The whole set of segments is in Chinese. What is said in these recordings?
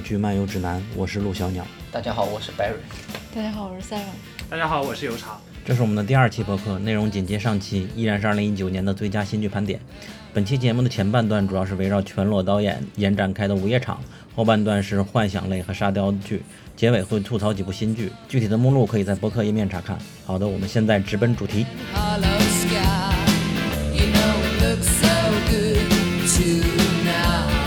剧漫游指南》，我是陆小鸟。大家好，我是 Barry。大家好，我是 Seven。 大家好，我是油茶。嗯这是我们的第二期播客，内容紧接上期，依然是二零一九年的最佳新剧盘点。本期节目的前半段主要是围绕全裸导演延展开的《午夜场》，后半段是幻想类和沙雕剧，结尾会吐槽几部新剧。具体的目录可以在播客页面查看。好的，我们现在直奔主题。 hollow sky. You know it looks so good tonight.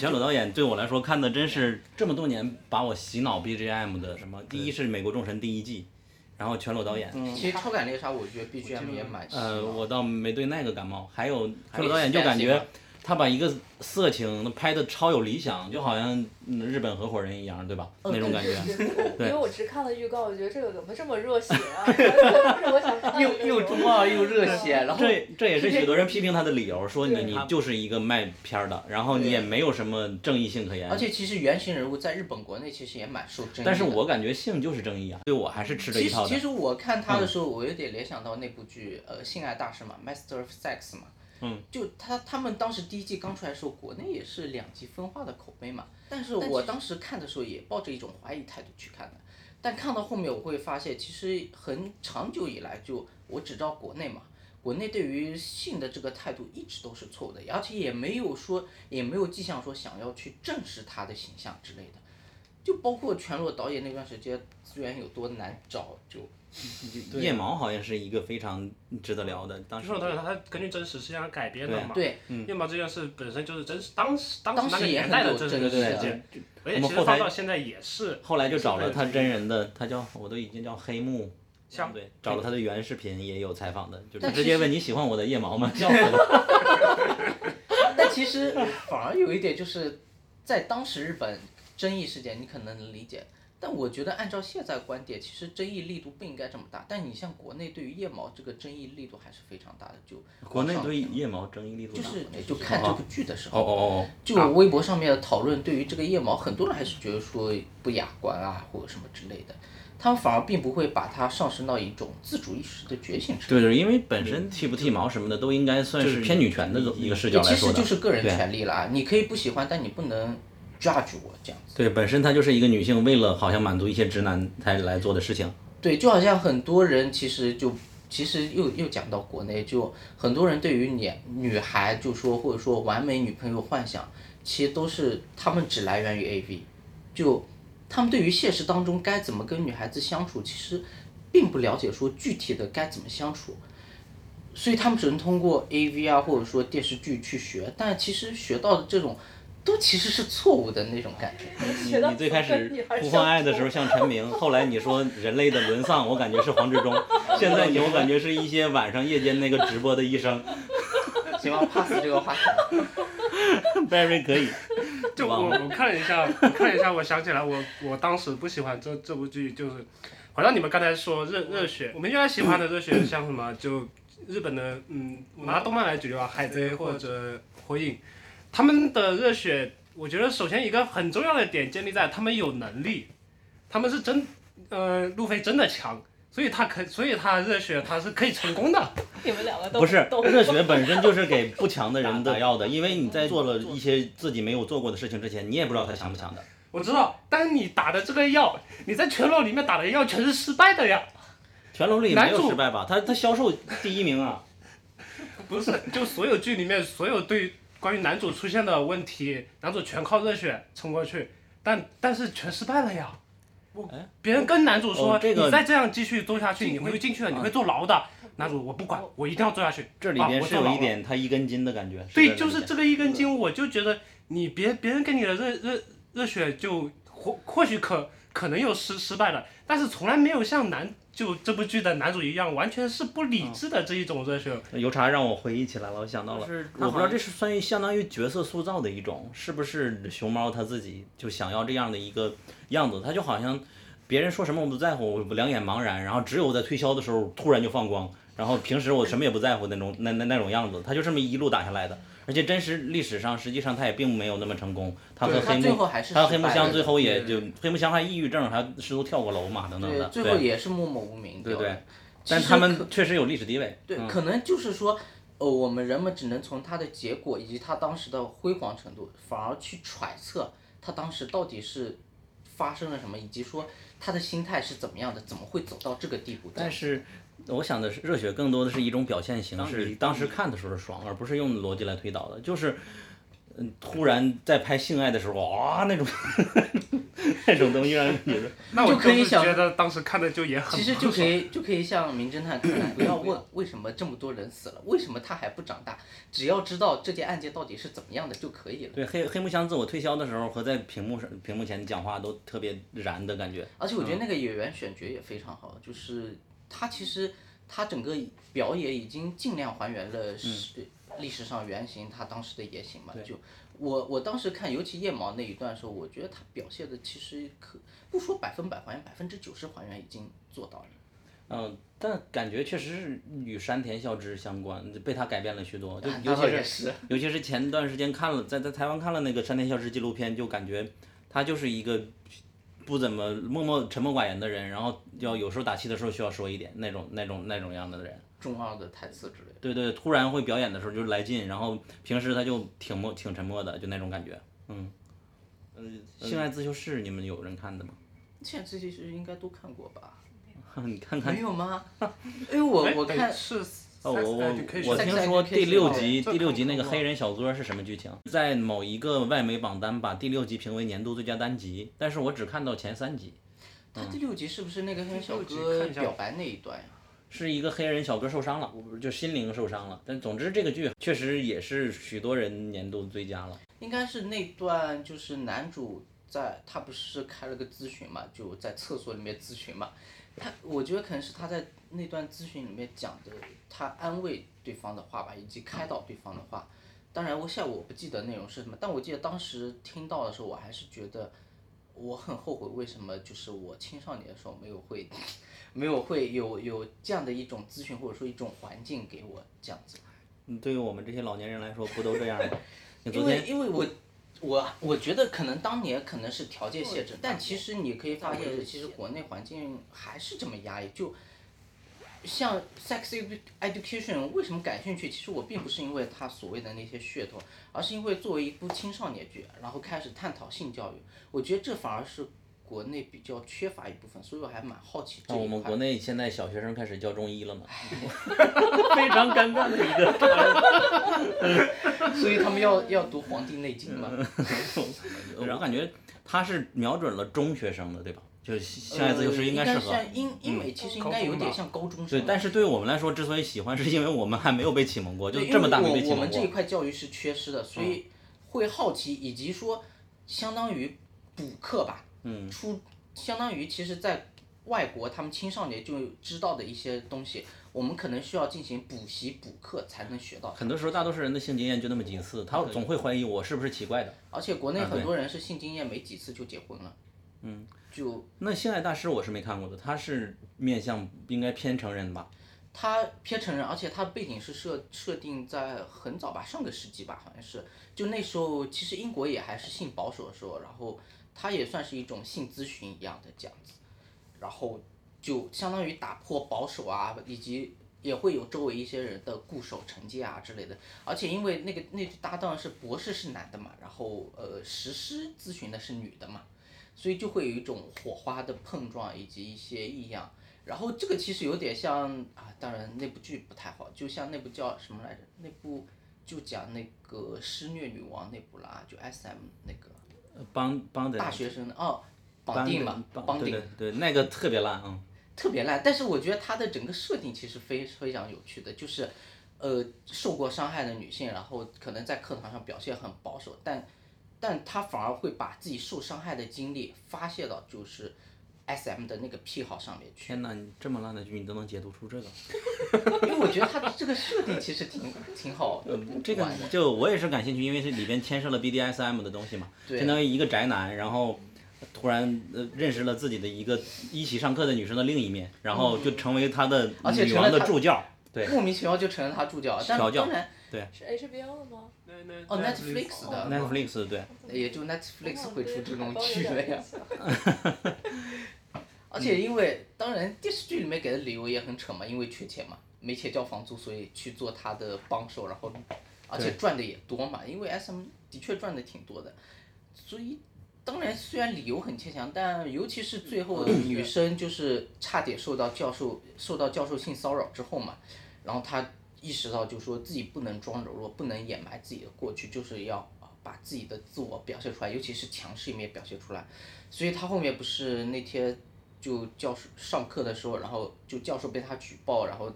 全裸导演对我来说看的真是这么多年把我洗脑 BGM 的什么，第一是《美国众神》第一季，然后全裸导演，其实超感猎杀，我觉得 BGM 也蛮洗脑呃，我倒没对那个感冒。还有还克有鲁导演就感时代性觉嘛他把一个色情拍的超有理想，就好像嗯日本合伙人一样，对吧？哦那种感觉。 因对为我只看了预告，我觉得这个怎么这么热血 啊？这是我想看的又又中二又热血，然后这这也是许多人批评他的理由，说你对你就是一个卖片儿的，然后你也没有什么正义性可言而。且其实原型人物在日本国内其实也蛮受争议的。但是我感觉性就是正义啊，对我还是吃这一其实套的嗯其。实我看他的时候，我有点联想到那部剧呃《性爱大师》嘛，《Master of Sex》嘛。嗯。就他他们当时第一季刚出来的时候，国内也是两极分化的口碑嘛。但是我当时看的时候也抱着一种怀疑态度去看的，但看到后面我会发现，其实很长久以来就我只知道国内嘛。国内对于性的这个态度一直都是错误的，而且也没有说也没有迹象说想要去正视他的形象之类的。就包括全裸导演那段时间资源有多难找，就夜毛好像是一个非常值得聊的，当就时是导演他根据真实事件而改编的嘛。对嗯面包这件事本身就是真实，当时当当那时个也年代很的有真争实议事啊件，而我且们其后台实放到现在也是。后来就找了他真人的，他叫我都已经叫黑幕，像对，找了他的原视频也有采访的，就是但直其接实问你喜欢我的腋毛吗？ 笑死了。但其实反而有一点就是，在当时日本争议事件，你可能能理解。但我觉得按照现在观点，其实争议力度不应该这么大。但你像国内对于腋毛这个争议力度还是非常大的，就国内网上对腋毛争议力度就大吗是就看这部剧的时哦候，哦哦，就微博上面的讨论，对于这个腋毛，很多人还是觉得说不雅观啊，或者什么之类的。他们反而并不会把它上升到一种自主意识的觉醒上。对对，因为本身剃不剃毛什么的都应该算是偏女权的一个视角来其说实的，就是个人权利啦，你可以不喜欢，但你不能 judge 我这样子。对，本身它就是一个女性为了好像满足一些直男才来做的事情。对，就好像很多人其实就其实又又讲到国内，就很多人对于女女孩就说或者说完美女朋友幻想，其实都是他们只来源于 AV，就他们对于现实当中该怎么跟女孩子相处，其实并不了解说具体的该怎么相处。所以他们只能通过 A V 啊，或者说电视剧去学，但其实学到的这种，都其实是错误的那种感觉。你你最开始呼唤爱的时候像陈明，后来你说人类的沦丧，我感觉是黄志忠，现在你我感觉是一些晚上夜间那个直播的医生行吧，pass 这个话题。 ，Barry 可以。就忘我我看了一下，我看了一下，我想起来我我当时不喜欢这这部剧，就是好像你们刚才说热热血，我们原来喜欢的热血像什么，就日本的嗯，我拿动漫来举例吧，海贼或者火影，他们的热血，我觉得首先一个很重要的点建立在他们有能力，他们是真呃路飞真的强，所以他可所以他热血他是可以成功的。你们两个都不是都热血本身就是给不强的人 打药的，因为你在做了一些自己没有做过的事情之前，你也不知道他强不强的。我知道，但是你打的这个药，你在全裸里面打的药全是失败的呀。全龙里没男有主失败吧？他他销售第一名啊，不是，就所有剧里面所有对关于男主出现的问题，男主全靠热血撑过去，但但是全失败了呀。我哎别人跟男主说，哦这个啊你再这样继续做下去，你会进去的，你会坐牢的。男主我不管，我一定要做下去。 哦这里啊边我是坐牢有了一点他一根筋的感觉。对，的就理是解这个一根筋，我就觉得你别别人给你的热热热血就或或许可可能有失失败了，但是从来没有像男就这部剧的男主一样，完全是不嗯理智的这一种热血。油茶让我回忆起来了，我想到了，我不知道这是算于相当于角色塑造的一种，是不是熊猫他自己就想要这样的一个样子？他就好像别人说什么我不在乎，我两眼茫然，然后只有在推销的时候突然就放光，然后平时我什么也不在乎那种那那那种样子，他就这么一路打下来的。而且真实历史上，实际上他也并没有那么成功。他和对他黑最木后，还是他和失黑木败香了最后也就黑木香还抑郁症，还试图跳过楼嘛，等等的。对，最后对，也是默默无名对掉的对但其实他们可确实有历史地位。嗯对，可能就是说，呃，我们人们只能从它的结果以及它当时的辉煌程度，反而去揣测它当时到底是发生了什么，以及说他的心态是怎么样的，怎么会走到这个地步这样？但是我想的是，热血更多的是一种表现形式，当时看的时候爽，而不是用逻辑来推导的。就是，嗯，突然在拍性爱的时候，哇，那种 那种东西让人觉得，那我就可以是想觉得当时看的就也很其实不就可爽以就可以像名侦探柯南，不要问为什么这么多人死了，为什么他还不长大，只要知道这件案件到底是怎么样的就可以了。对黑黑木香自我推销的时候和在屏幕上屏幕前讲话都特别燃的感觉。而且我觉嗯得那个演员选角也非常好，就是他其实他整个表演已经尽量还原了是、嗯历史上原型他当时的言行嘛。就我我当时看，尤其夜毛那一段的时候，我觉得他表现的其实可不说百分百还原，百分之九十还原已经做到了。嗯，但感觉确实是与山田孝之相关，被他改变了许多。哦就啊尤那倒也其是尤其是前段时间看了，在在台湾看了那个山田孝之纪录片，就感觉他就是一个不怎么默默沉默寡言的人，然后要有时候打气的时候需要说一点那种那种那种样的人。重要的台词之类的。对对，突然会表演的时候就来劲，然后平时他就挺默挺沉默的，就那种感觉。嗯，呃，性爱自修室你们有人看的吗？ 现在这些是应该都看过吧？你看看没有 吗？因为我哎我对看是哦，我我我 Sex 听 Education 说第六集这第六集看那个过黑人小哥是什么剧情？在某一个外媒榜单把第六集评为年度最佳单集，但是我只看到前三集，他第六集是不是那个黑人小第六集哥看一下表白那一段呀？是一个黑人小哥受伤了，我不就心灵受伤了。但总之这个剧确实也是许多人年度最佳了。应该是那段就是男主在他不是开了个咨询嘛，就在厕所里面咨询嘛。他我觉得可能是他在那段咨询里面讲的，他安慰对方的话吧，以及开导对方的话。当然，我现在我不记得内容是什么，但我记得当时听到的时候，我还是觉得我很后悔，为什么就是我青少年的时候没有会， 没有会有有这样的一种咨询或者说一种环境给我这样子。嗯对于我们这些老年人来说，不都这样吗？你昨因为天因为我我我觉得可能当年可能是条件限制，但其实你可以发现，其实国内环境还是这么压抑。就像 sex edu- education 为什么感兴趣？其实我并不是因为它所谓的那些噱头，而是因为作为一部青少年剧，然后开始探讨性教育，我觉得这反而是国内比较缺乏一部分，所以我还蛮好奇这哦，我一们国块。内现在小学生开始教中医了嘛，非常尴尬的一个。 所以他们要要读《黄帝内经》嘛？嗯我感觉他是瞄准了中学生的，对吧？就是性爱自由呃是应该适像合。英英美其实应高该有中点吧像高中生对，了，但是对于我们来说，之所以喜欢， 是因为我们还没有被启蒙过，就呃对，因这为么大没我被启我蒙们这一过。块教育是缺失的，嗯所以会好奇，以及说相当于补课吧，嗯，出相当于其实，在外国他们青少年就知道的一些东西，我们可能需要进行补习补课才能学到。很多时候，大多数人的性经验就那么几次，他总会怀疑我是不是奇怪的。而且国内啊对很多人是性经验没几次就结婚了，嗯，就那性爱大师我是没看过的，他是面向应该偏成人吧？他偏成人，而且他背景是设设定在很早吧，上个世纪吧，好像是，就那时候其实英国也还是性保守的时候，然后他也算是一种性咨询一样的这样子，然后就相当于打破保守啊，以及也会有周围一些人的固守成见啊之类的，而且因为那个那对搭档是博士是男的嘛，然后呃实施咨询的是女的嘛，所以就会有一种火花的碰撞以及一些异样。然后这个其实有点像啊，当然那部剧不太好，就像那部叫什么来着？那部就讲那个施虐女王那部啦，就 S M 那个呃帮帮的大学生的哦，绑帮定的嘛，帮对定对对，那个特别烂啊、特别烂，但是我觉得它的整个设定其实非非常有趣的，就是，呃，受过伤害的女性，然后可能在课堂上表现很保守，但，但她反而会把自己受伤害的经历发泄到就是 S M 的那个癖好上面去，天哪，你这么烂的剧你都能解读出这个？因为我觉得它这个设定其实挺挺好玩这个的。就我也是感兴趣，因为是里边牵涉了 BDSM 的东西嘛，对相当于一个宅男，然后突然呃认识了自己的一个一起上课的女生的另一面，然后就成为他的而且女嗯哦成王了的他助教，对，莫名其妙就成了他助教，但调教当然是 HBO 的吗？哦，Netflix 的 Netflix 对，也就 Netflix 会出这种剧了了 呀。而且因为当然电视剧里面给的理由也很扯嘛，因为缺钱嘛，没钱交房租，所以去做他的帮手，然后而且对赚的也多嘛，因为 SM 的确赚的挺多的，所以当然虽然理由很牵强，但尤其是最后嗯女生就是差点受到教授受到教授性骚扰之后嘛，然后她意识到就说自己不能装柔弱，不能掩埋自己的过去，就是要啊把自己的自我表现出来，尤其是强势一面表现出来，所以她后面不是那天就教授上课的时候，然后就教授被他举报，然后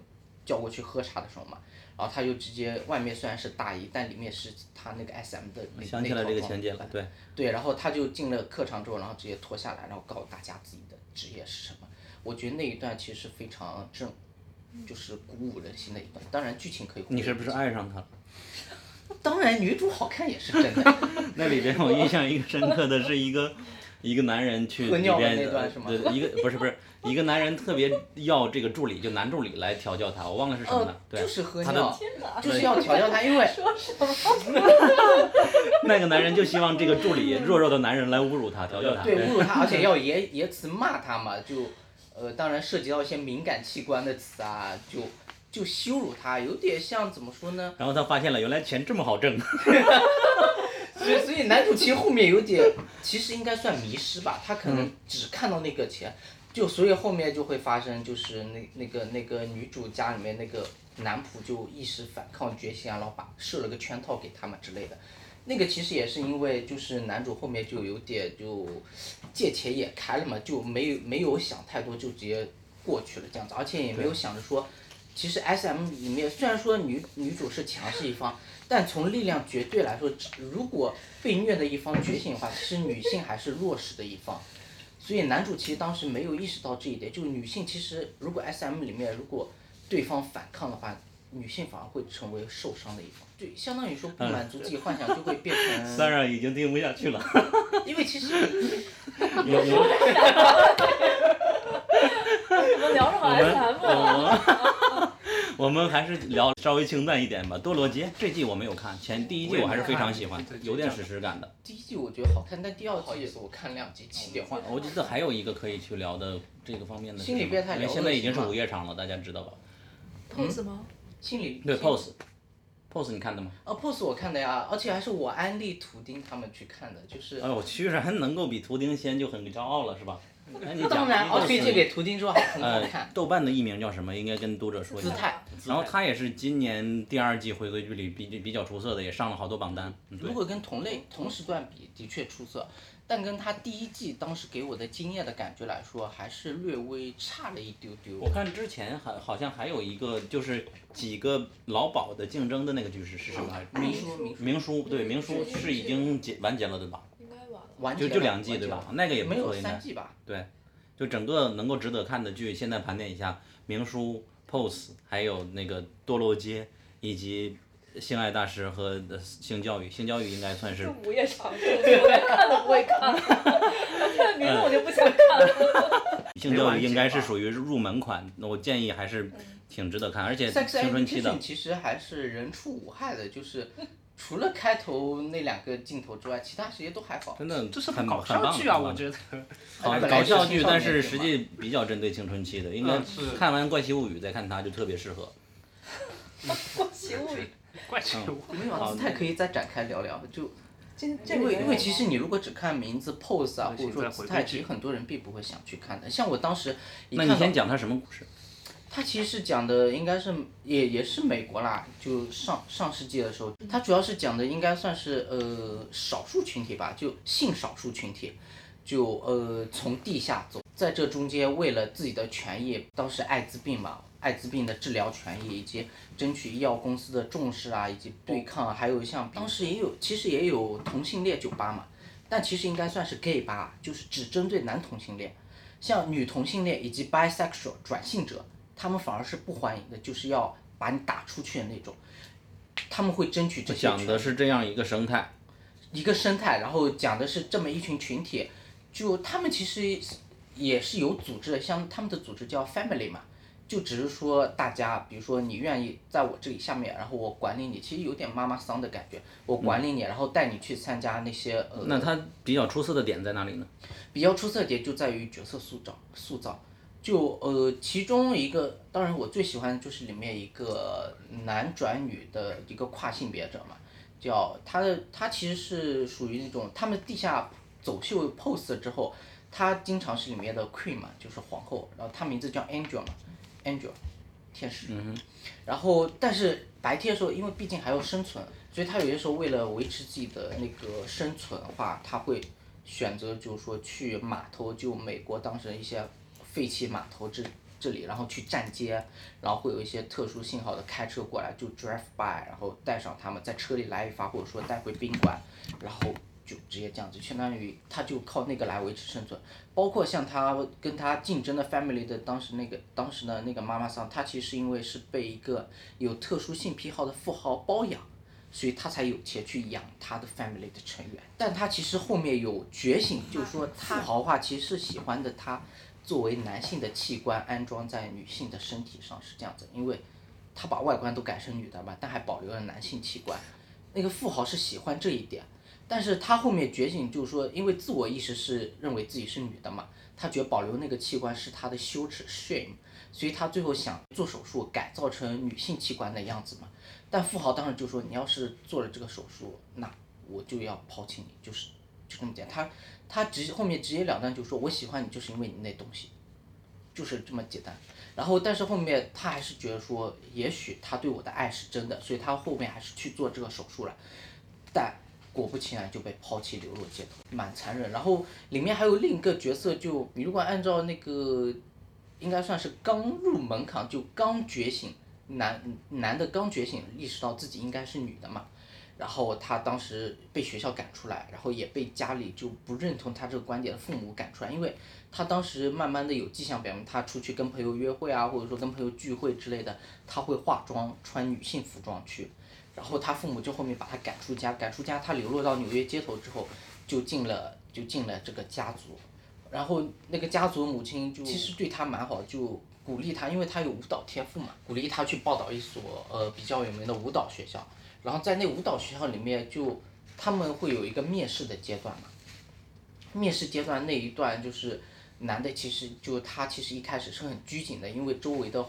叫过去喝茶的时候嘛，然后他就直接外面虽然是大衣，但里面是他那个 S M 的那想起来这个情节了那套，装对，对，然后他就进了课堂之后，然后直接脱下来，然后告诉大家自己的职业是什么。我觉得那一段其实非常正，就是鼓舞人心的一段。当然剧情可以忽略你是不是爱上他了？ 当然女主好看也是真 的，那里边我印象一个深刻的是一个一个男人去喝里尿的边那段是吗对一个不是不是一个男人特别要这个助理就男助理来调教他，我忘了是什么呃了，，对就，是喝他的尿，天哪！ 就是要调教她，因为 说什么？那个男人就希望这个助理弱弱的男人来侮辱他调教他，对侮辱她，而且要言言辞骂她嘛，就呃，当然涉及到一些敏感器官的词啊，就就羞辱她，有点像怎么说呢？然后他发现了原来钱这么好嗯挣，所以，所以男主其实后面有点，其实应该算迷失吧，他可能只看到那个钱，就所以后面就会发生，就是那那个那个女主家里面那个男仆就一时反抗决心啊，然后把设了个圈套给他们之类的。那个其实也是因为就是男主后面就有点就借钱也开了嘛，就没有没有想太多，就直接过去了这样子，而且也没有想着说，其实 S M 里面虽然说女女主是强势一方，但从力量绝对来说，只如果被虐的一方觉醒的话，其实女性还是弱势的一方。所以男主其实当时没有意识到这一点，就是女性其实如果 S M 里面如果对方反抗的话，女性反而会成为受伤的一方，对，相当于说不满足自己幻想就会 变成，三儿已经听不下 去了，因为其实有有我们聊什么啊 SM 了？ 我们还是聊稍微清淡一点吧。多罗杰这季我没有看，前第一季我还是非常喜欢我也没看，有点史诗感的。第一季我觉得好看，但第二季我看两集起点换。我觉得还有一个可以去聊的这个方面的是什么，心理变态因为聊现恶在已行经是嘛午夜场了，大家知道吧？嗯 pose 吗？心理对心，pose。pose 你看的吗？啊，pose 我看的呀，而且还是我安利图钉他们去看的，就是哎呦，居然能够比图钉先就很骄傲了，是吧？哎，你讲当然，第一哦，个推是荐给图钉之后还很好呃看，，豆瓣的艺名叫什么？应该跟读者说一姿下。态。然后他也是今年第二季回归剧里比比较出色的，也上了好多榜单。嗯，对如。果跟同类同时段比，的确出色，但跟他第一季当时给我的经验的感觉来说，还是略微差了一丢丢我。看之前还好像还有一个就是几个老鸨的竞争的那个剧是是什么来着？明叔，明叔明叔对，明叔是已经结完结了对吧？应该完了。完结就了就两季完结对吧了？那个也不没有错，应三该季吧？对。就整个能够值得看的剧，现在盘点一下，明叔、Pose，还有那个堕落街，以及性爱大师和呃性教育。性教育应该算是这午夜场，这个我连看都不会看， 看名字我就不想嗯看了。性教育应该是属于入门款，那我建议还嗯是挺值得看，而且 Sex 青春期的 Education 其实还是人畜无害的，就是除了开头那两个镜头之外，其他时间都还好。真的这是部很搞很笑棒剧啊，很我棒觉得。搞本来搞是笑青剧，少但年是剧实嘛际比较针对青春期的，应该嗯是看完《怪奇物语》再看它就特别适合。怪奇物语， 怪奇物没有啊，姿态可以再展开聊聊。就这这因为里面因为其实你如果只看名字 pose 啊，那或者说现在回姿归态，剧其实很多人并不会想去看的。像我当时一那看你到先讲它什么故事？它其实讲的应该是也也是美国啦，就上上世纪的时候，它主要是讲的应该算是呃少数群体吧，就性少数群体，就呃从地下走，在这中间为了自己的权益，当时艾滋病嘛，艾滋病的治疗权益以及争取医药公司的重视啊，以及对抗啊，还有像当时也有其实也有同性恋酒吧嘛，但其实应该算是 gay 吧，就是只针对男同性恋。像女同性恋以及 bisexual 转性者，他们反而是不欢迎的，就是要把你打出去的那种。他们会争取这些讲权的利是这样一个生态，一个生态，然后讲的是这么一群群体，就他们其实也是有组织的，像他们的组织叫 family 嘛，就只是说大家，比如说你愿意在我这里下面，然后我管理你，其实有点妈妈桑的感觉，我管理你，然后带你去参加那些呃，那它比较出色的点在哪里呢？比较出色的点就在于角色塑造塑造。就呃，其中一个，当然我最喜欢的就是里面一个男转女的一个跨性别者嘛，叫他的他其实是属于那种他们地下走秀 pose 了之后，他经常是里面的 queen 嘛，就是皇后，然后他名字叫 Angel 嘛，Angel，天使。然后，但是白天的时候，因为毕竟还要生存，所以他有些时候为了维持自己的那个生存的话，他会选择就是说去码头，就美国当时一些废弃码头这这里，然后去站街，然后会有一些特殊信号的开车过来，就 drive by，然后带上他们在车里来一发，或者说带回宾馆，然后就直接这样子，相当于他就靠那个来维持生存。包括像他跟他竞争的 family 的当时那个当时的那个妈妈桑，她其实因为是被一个有特殊性癖好的富豪包养，所以她才有钱去养她的 family 的成员。但她其实后面有觉醒，就是说富豪化其实是喜欢的她作为男性的器官安装在女性的身体上是这样子，因为她把外观都改成女的嘛，但还保留了男性器官。那个富豪是喜欢这一点，但是他后面觉醒就是说，因为自我意识是认为自己是女的嘛，他觉得保留那个器官是他的羞耻 shame，所以他最后想做手术改造成女性器官的样子嘛。但富豪当时就说，你要是做了这个手术，那我就要抛弃你，就是就这么简单。他他直后面直截了当就说，我喜欢你就是因为你那东西，就是这么简单。然后，但是后面他还是觉得说，也许他对我的爱是真的，所以他后面还是去做这个手术了。但果不其然就被抛弃流落街头，蛮残忍。然后里面还有另一个角色就，你如果按照那个，应该算是刚入门槛，就刚觉醒，男男的刚觉醒，意识到自己应该是女的嘛。然后他当时被学校赶出来，然后也被家里就不认同他这个观点的父母赶出来，因为他当时慢慢的有迹象表明，他出去跟朋友约会啊，或者说跟朋友聚会之类的，他会化妆，穿女性服装去。然后他父母就后面把他赶出家，赶出家，他流落到纽约街头之后，就进了就进了这个家族，然后那个家族母亲就其实对他蛮好，就鼓励他，因为他有舞蹈天赋嘛，鼓励他去报考一所呃比较有名的舞蹈学校，然后在那舞蹈学校里面就他们会有一个面试的阶段嘛，面试阶段那一段就是男的其实就他其实一开始是很拘谨的，因为周围的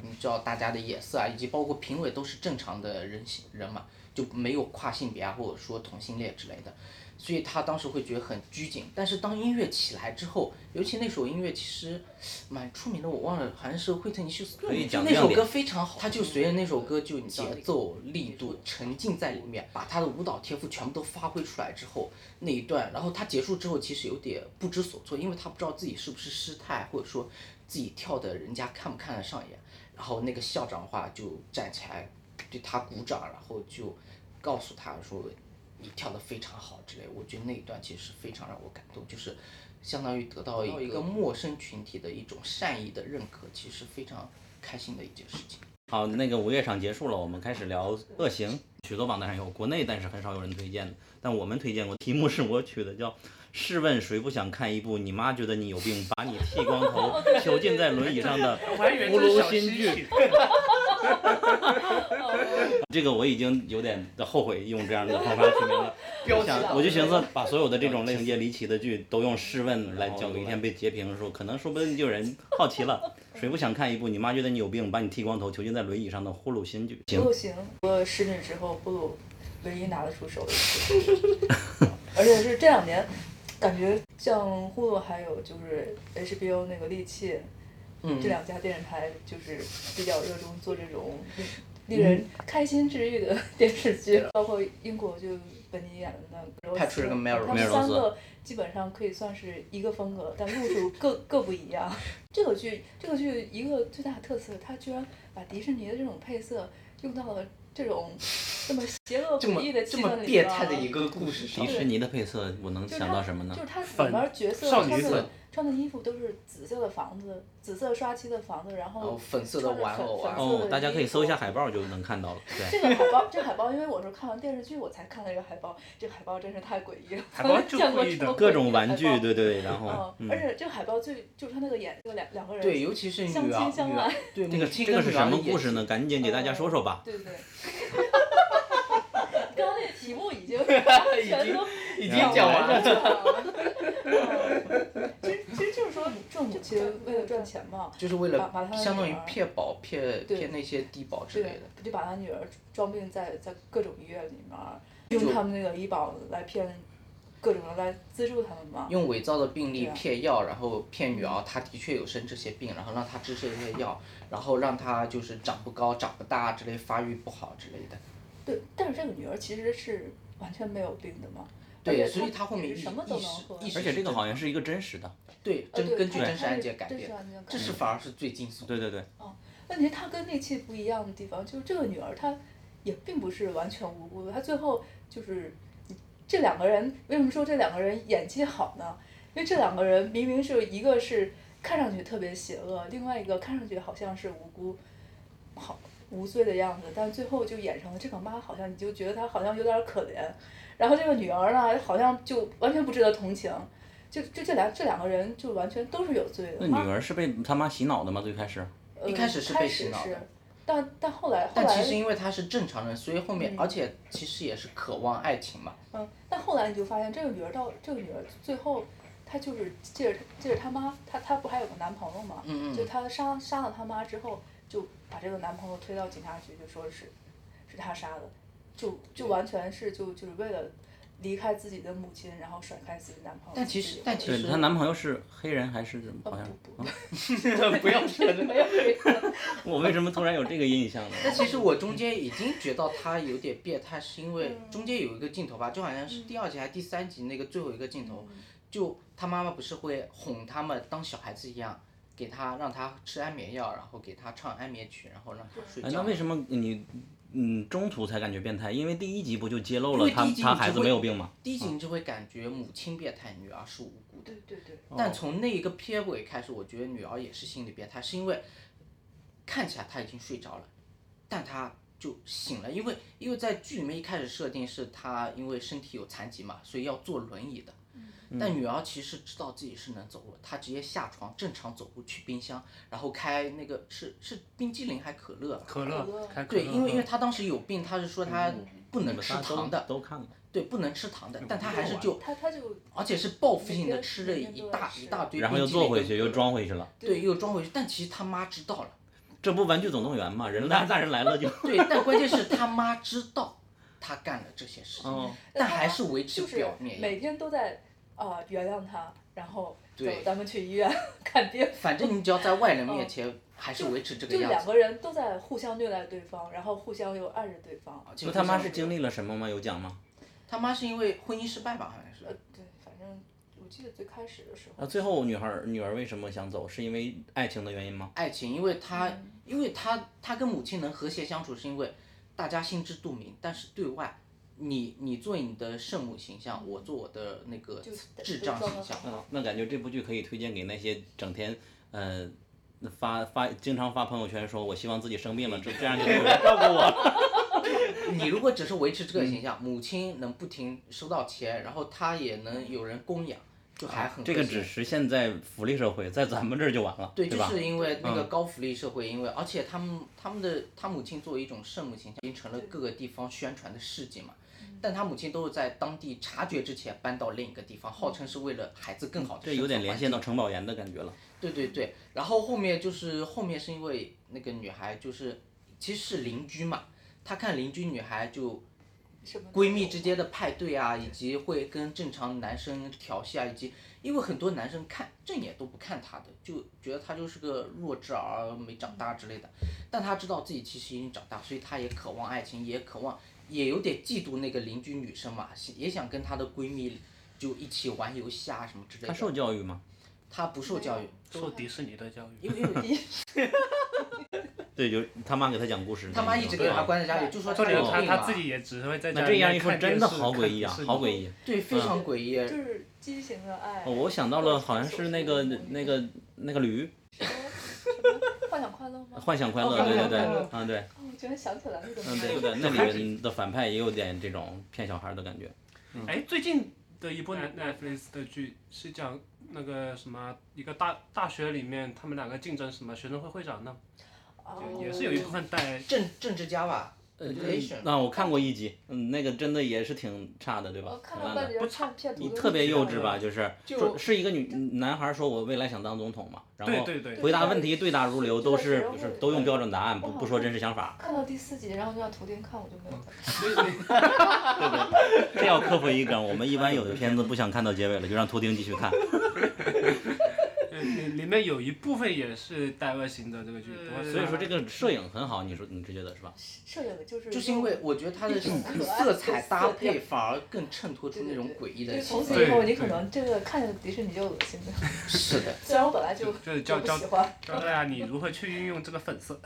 你知嗯道大家的眼色啊，以及包括评委都是正常的人性人嘛，就没有跨性别啊或者说同性恋之类的，所以他当时会觉得很拘谨。但是当音乐起来之后，尤其那首音乐其实蛮出名的，我忘了，好像是惠特尼休斯顿可以，就讲那首亮歌点非常好，他就随着那首歌就节奏、力度沉浸在里面，把他的舞蹈天赋全部都发挥出来之后，那一段，然后他结束之后其实有点不知所措，因为他不知道自己是不是失态，或者说自己跳的人家看不看得上眼。然后那个校长的话就站起来对他鼓掌，然后就告诉他说你跳得非常好之类。我觉得那一段其实非常让我感动，就是相当于得到一个嗯陌生群体的一种善意的认可，其实非常开心的一件事情。好，那个午夜场结束了，我们开始聊《恶行》，许多榜单上有，国内但是很少有人推荐的，但我们推荐过，题目是我取的，叫《试问谁不想看一部你妈觉得你有病，把你剃光头，囚禁在轮椅上的我 还以为葫这是芦小新西剧》剧。这个我已经有点后悔用这样的方法取名了。标我想，我就寻思把所有的这种类情节离奇的剧都用试问来讲，有一天被截屏的时候，可能说不定就有人好奇了，谁不想看一部你妈觉得你有病，把你剃光头，囚禁在轮椅上的呼噜新剧？行不，行，我失女之后，布鲁唯一拿得出手的一次，而且是这两年，感觉像呼噜还有就是 HBO 那个利器，嗯这两家电视台就是比较热衷做这种令人开心治愈的电视剧，包括英国就本尼演的那个 Patrick Melrose 他梅们尔罗三斯个基本上可以算是一个风格，但路数各各不一样。这个剧，这个剧一个最大的特色，它居然把迪士尼的这种配色用到了这种这么邪恶这不么义的这气么氛里变吧态的一个故事上迪，士尼的配色，我能就是想到什么呢就是？他粉里面角色少穿女粉的穿的衣服都是紫色的房子，紫色刷漆的房子，然然后后哦粉色的玩偶啊穿着，粉哦，大家可以搜一下海报就能看到了。对这，个海报，这个海报，因为我是看完电视剧我才看的这个海报，这个海报真是太诡异了，海报 就见过故意这的么各诡异种的玩海具报，对对，然后嗯，嗯而，且这个海报最就是他那个演，就两两个人对，尤其是相女亲儿，相女爱儿，对，这母个亲这跟个是女儿什么的故演事呢？技？赶紧给大家说说吧。对对 对。刚刚那个题目已 经全都已经然后讲完了。 嗯了。嗯其实其实就是说，这种母亲为了赚挣钱嘛，就是为把把了他的相当于女儿骗保、骗对骗那些低保之对类的。，就把他女儿装病在在各种医院里面儿，用他们那个医保来骗各种人来资助他们嘛。用伪造的病例对啊骗药，然后骗女儿，她的确有生这些病，然后让她吃这些药，然后让她就是长不高、长不大之类，发育不好之类的。对，但是这个女儿其实是完全没有病的嘛。对，而且所以她她后面也意是识什么都意能识喝，意识呃而且这个好像是是一个真实的，对真对根据她真实她案是件改真实编，案件改这编是反而是最惊悚的。对对对，问题她跟那期不一样的地方，就是这个女儿她也并不是完全无辜的，她最后就是这两个人为什么说这两个人演技好呢？因为这两个人明明是一个是看上去特别邪恶，另外一个看上去好像是无辜、好无罪的样子，但最后就演成了这个妈好像你就觉得她好像有点可怜，然后这个女儿呢好像就完全不值得同情，就就这两这两个人就完全都是有罪的。那女儿是被他妈洗脑的吗？最开始，呃一开始是被洗脑的开始是但但后来后但其来实因为她是正常人，所以后面、嗯而且其实也是渴望爱情嘛。嗯，但后来你就发现这个女儿到这个女儿最后，她就是借着借着她妈，她她不还有个男朋友嘛？嗯就嗯，她杀杀了她妈之后，就把这个男朋友推到警察局，就说是是她杀的，就就完全是就就是为了离开自己的母亲，然后甩开自己的男朋友。但其实自己回但其去对实她男朋友是黑人还是好像？哦不不啊 不要说这个。 没有没有，我为什么突然有这个印象呢？但其实我中间已经觉得他有点变态，是因为中间有一个镜头吧，就好像是第二集还是第三集那个最后一个镜头，就他妈妈不是会哄他们当小孩子一样，给他让他吃安眠药，然后给他唱安眠曲，然后让他睡哎，觉。那为什么你嗯中途才感觉变态？因为第一集不就揭露因了为他第一集他你孩就子会没有病吗？第一集你就会感觉母亲变态，女儿是无辜的。对对对，但从那一个片尾开始，我觉得女儿也是心理变态，是因为看起来她已经睡着了，但她就醒了，因为因为在剧里面一开始设定是她因为身体有残疾嘛，所以要坐轮椅的。但女儿其实知道自己是能走路，她直接下床正常走路去冰箱，然后开那个是是冰激凌还可乐吧？ 可乐可乐，开可乐嗯对，因为因为喝她当时有病，她是说她不能吃大家都糖的，都看了，对，不能吃糖的，但她还是就，她她就而且是报复性每的天吃了每天都一在大吃一大堆，然后又坐回去，又装。装回去了。对，又装回去。但其实他妈知道了，这不《玩具总动员》吗？人来大人来了就，对，但关键是他妈知道他干了这些事情，哦，但还是维持就是表面。每天都在啊、原谅她，然后走对咱们去医院看病。反正你只要在外人面前，还是维持这个嗯就样两子。个人都在互相虐待对方，然后互相又暗示对方。而且就他妈互是相经历了什么吗？有讲吗？他妈是因为婚姻失败吧，好像呃是。，对，反正我记得最开始的时啊，候，最后女孩儿女儿为什么想走？是因为爱情的原因吗？爱情，因为他，嗯因为他，他跟母亲能和谐相处，是因为大家心知肚明，但是对外，你你做你的圣母形象，我做我的那个就智障就装形得象，好那感觉这部剧可以推荐给那些整天呃发发经常发朋友圈说我希望自己生病了，这这样就没有人照顾我了。 你如果只是维持这个嗯形象，母亲能不停收到钱，然后她也能有人供养，就还很嗯这个和谐只实现在福利社会，在咱们这儿就完了，对，就吧？嗯是因为那个高福利社会，因为而且他们他们的他母亲作为一种圣母形象，已经成了各个地方宣传的事迹嘛。但他母亲都是在当地察觉之前搬到另一个地方，号称是为了孩子更好的嗯这有点连线到。到城堡岩的感觉了。对对对，然后后面就是后面是因为那个女孩就是其实是邻居嘛，她看邻居女孩就什么闺蜜之间的派对啊，以及会跟正常男生调戏啊，以及因为很多男生看正眼都不看她的，就觉得她就是个弱智儿没长大之类的。但她知道自己其实已经长大，所以她也渴望爱情，也渴望，也有点嫉妒那个邻居女生嘛，也想跟她的闺蜜就一起玩游戏啊什么之类她受的。教育吗？她不受教育， 受迪士尼的教育，因为因为 对，就他妈给她讲故事那种。他妈一直给她关在家里，就说她重点有是他病他嘛自。己也只会在家那里这样一面说，看电真视的好诡异啊看，电视好诡异。对，非常诡异。就是畸形的爱。哦我想到了，好像是那个那个那个驴，什么什么幻想快乐吗？ 幻想快乐，哦对对幻想对快乐，啊对，哦我居然想起来那个。嗯对对，那里面的反派也有点这种骗小孩的感觉。哎，最近的一部 Net- Netflix 的剧是讲那个什么一个大大学里面他们两个竞争什么学生会会长呢，哦就也是有一部分带政政治家吧，呃， Relation 那我看过一集，嗯，那个真的也是挺差的，对吧？我看挺烂了半的。截儿看片图，你特别幼稚吧？？就是就说是一个女男孩说，我未来想当总统嘛，然后对对对回答问题对答如流，对都是对是都用标准答案，不我好不说真实想法，看到第四集，然后就让图钉看，我就没有看。这要克服一个。我们一般有的片子不想看到结尾了，就让秃丁继续看。对呃里里面有一部分也是带恶行的这个剧，嗯所以说这个摄影很好，你说你是觉得是吧？ 摄影就是就是因为我觉得它的色彩搭配反而更衬托出那种诡异就的是气从氛。此以后，你可能这个看着迪士尼就恶 心了。是 的，虽然我本来就就是教就不教喜欢，教大家你如何去运用这个粉色。